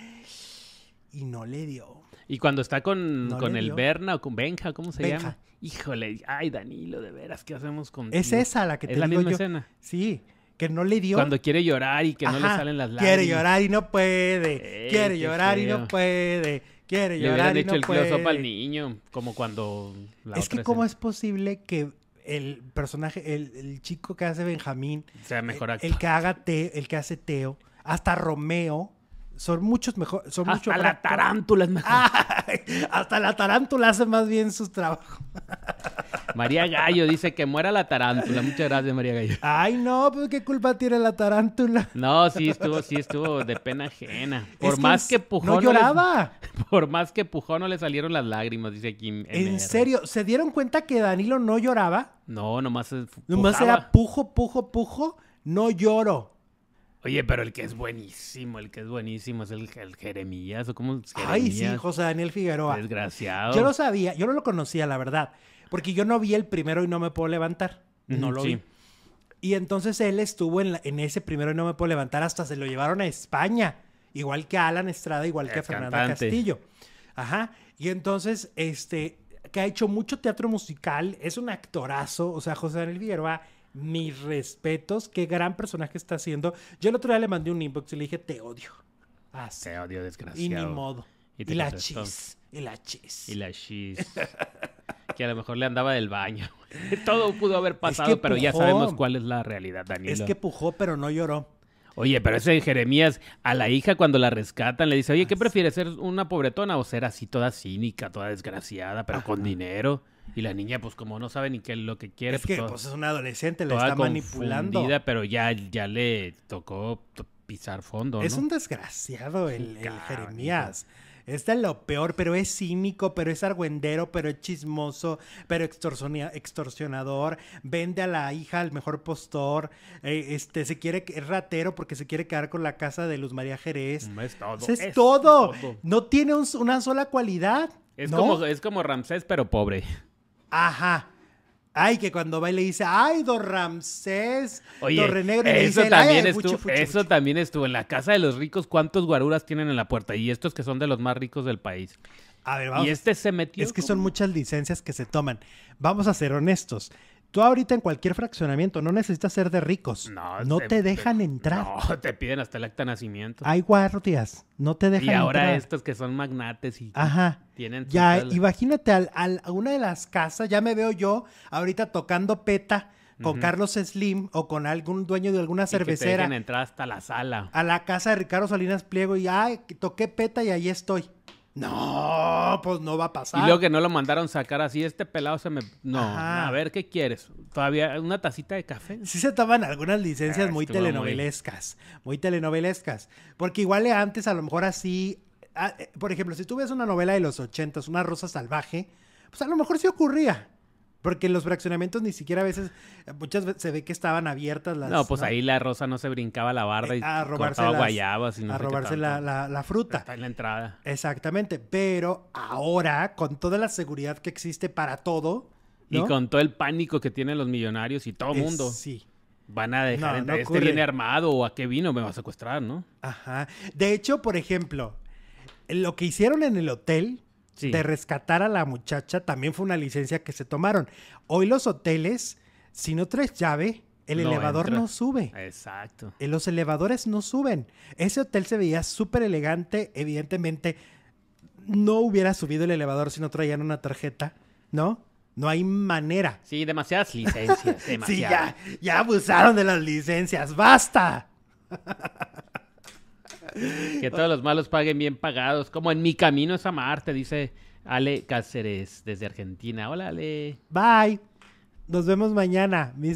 y no le dio.
Y cuando está con,
No
con
le
el
dio.
Berna o con Benja, ¿cómo se
Benja.
llama? Híjole, ay Danilo, de veras, ¿qué hacemos con
Es esa la que te
Es la
digo
misma
yo.
escena.
Sí, que no le dio.
Cuando quiere llorar y que no le
Ajá,
salen las lágrimas.
Quiere llorar y no puede.
Ey,
quiere
qué
llorar y no
feo.
puede. Quiere
Le
llorar
hubieran
y
hecho
no
el close-up al
puede.
niño, como cuando la
es que
otra
cómo
escena.
es posible que el personaje, el, el chico que hace Benjamín,
sea mejor
el,
actor.
el que haga Te- el que hace Teo, hasta Romeo, son muchos mejor, son mucho Ah.
Hasta
mejor
la
actor.
tarántula es mejor.
Ay, hasta la tarántula hace más bien su trabajo.
María Gallo dice que muera la tarántula. Muchas gracias, María Gallo.
Ay, no, pues qué culpa tiene la tarántula.
No, sí estuvo, sí estuvo de pena ajena. Por
Es
más que
en-
pujó
No
le-
lloraba.
por más que pujó no le salieron las lágrimas, dice Kim. MR.
¿En serio? ¿Se dieron cuenta que Danilo no lloraba?
No, nomás es
Nomás
pujaba.
era pujo, pujo, pujo, no lloro.
Oye, pero el que es buenísimo, el que es buenísimo es el, el Jeremías, o cómo es
Ay, sí,
Jeremías?
José Daniel Figueroa.
Desgraciado.
Yo lo sabía, yo no lo conocía, la verdad. Porque yo no vi el primero y no me puedo levantar. No
Ujú,
lo
sí.
vi. Y entonces él estuvo en, la- en ese primero y no me puedo levantar, hasta se lo llevaron a España. Igual que a Alan Estrada, igual que
El
a Fernanda
cantante.
Castillo. Ajá. Y entonces, este, que ha hecho mucho teatro musical, es un actorazo. O sea, José Daniel Figueroa, mis respetos, qué gran personaje está haciendo. Yo el otro día le mandé un inbox y le dije, te odio. Así.
Se odio,
Y
desgraciado.
ni modo.
Y
Y,
te
la
contestó.
chis. Y la chis.
Y la shis. que a lo mejor le andaba del baño. Todo pudo haber pasado,
que
pero ya
pujón.
sabemos cuál es la realidad, Danilo.
Es que pujó, pero no lloró.
Oye, pero ese Jeremías, a la hija cuando la rescatan, le dice, oye,
Ah,
¿qué prefieres, ser una pobretona o ser así toda cínica, toda desgraciada, pero con dinero? Y la niña, pues como no sabe ni qué es lo que quiere,
Es que
toda-
pues, es un adolescente, la
toda
está manipulando.
confundida, pero ya, ya le tocó to- pisar fondo, ¿no?
Es un desgraciado el, el
Canijo.
Jeremías. Está en lo peor, pero es cínico, pero es argüendero, pero es chismoso, pero extorsonia- extorsionador. Vende a la hija al mejor postor. eh, este se quiere es ratero porque se quiere quedar con la casa de Luz María Jerez.
Es todo.
O sea, Es, todo. No tiene un- una sola cualidad.
Es,
¿no?
como, es como Ramsés, pero pobre.
Ajá. Ay, que cuando va y le dice, ay, don Ramsés,
Oye,
Torre Negro, y le
eso,
dice, él, "Ay,
también
ay,
estuvo,
fuchi, fuchi,
eso
fuchi".
también estuvo en la casa de los ricos. ¿Cuántos guaruras tienen en la puerta? Y estos que son de los más ricos del país.
A ver, vamos.
Y este se metió.
Es que
como-
son muchas licencias que se toman. Vamos a ser honestos. Tú ahorita en cualquier fraccionamiento no necesitas ser de ricos. No, te, dejan entrar.
No, te piden hasta el acta de nacimiento.
Hay guardias. No te dejan
y ahora
entrar.
estos que son magnates y
Ajá.
tienen. sus-
Ya, imagínate al- al- a una de las casas, ya me veo yo ahorita tocando peta con Carlos Slim o con algún dueño de alguna
y que te
cervecera.
dejen entrar hasta la sala.
a la casa de Ricardo Salinas Pliego y ay, que toqué peta y ahí estoy. No, pues no va a pasar.
Y luego que no lo mandaron sacar así, este pelado se me... No,
Ajá.
a ver, ¿qué quieres? ¿Todavía una tacita de café?
Sí se toman algunas licencias
Ah,
muy
estuvo muy-
telenovelescas, muy telenovelescas, porque igual antes a lo mejor así, ah, eh, por ejemplo, si tú ves una novela de los ochentas, una rosa salvaje, pues a lo mejor sí ocurría. Porque los fraccionamientos ni siquiera a veces, eh, muchas veces se ve que estaban abiertas las...
no, pues ahí la rosa no se brincaba la barda y
Eh, a robarse
cortaba
las-
guayabas y no
a
sé qué
robarse la,
tanto.
la- la fruta.
Está en la entrada.
Exactamente, pero ahora, con toda la seguridad que existe para todo,
Y
¿no?
con todo el pánico que tienen los millonarios y todo el
Es-
mundo,
Sí.
van a dejar
No,
entrar.
no
este
ocurre.
viene armado o a qué vino me va a secuestrar, ¿no?
Ajá. De hecho, por ejemplo, lo que hicieron en el hotel
Sí.
de rescatar a la muchacha también fue una licencia que se tomaron. Hoy los hoteles, si no traes llave, el
No
elevador
entra.
no sube.
Exacto.
Eh, Los elevadores no suben. Ese hotel se veía súper elegante. Evidentemente, no hubiera subido el elevador si no traían una tarjeta, ¿no? No hay manera.
Sí, demasiadas licencias,
Sí,
demasiadas.
ya, ya abusaron de las licencias. ¡Basta!
Que todos los malos paguen bien pagados. Como en mi camino es amarte, dice Ale Cáceres desde Argentina. Hola, Ale.
Bye. Nos vemos mañana, mis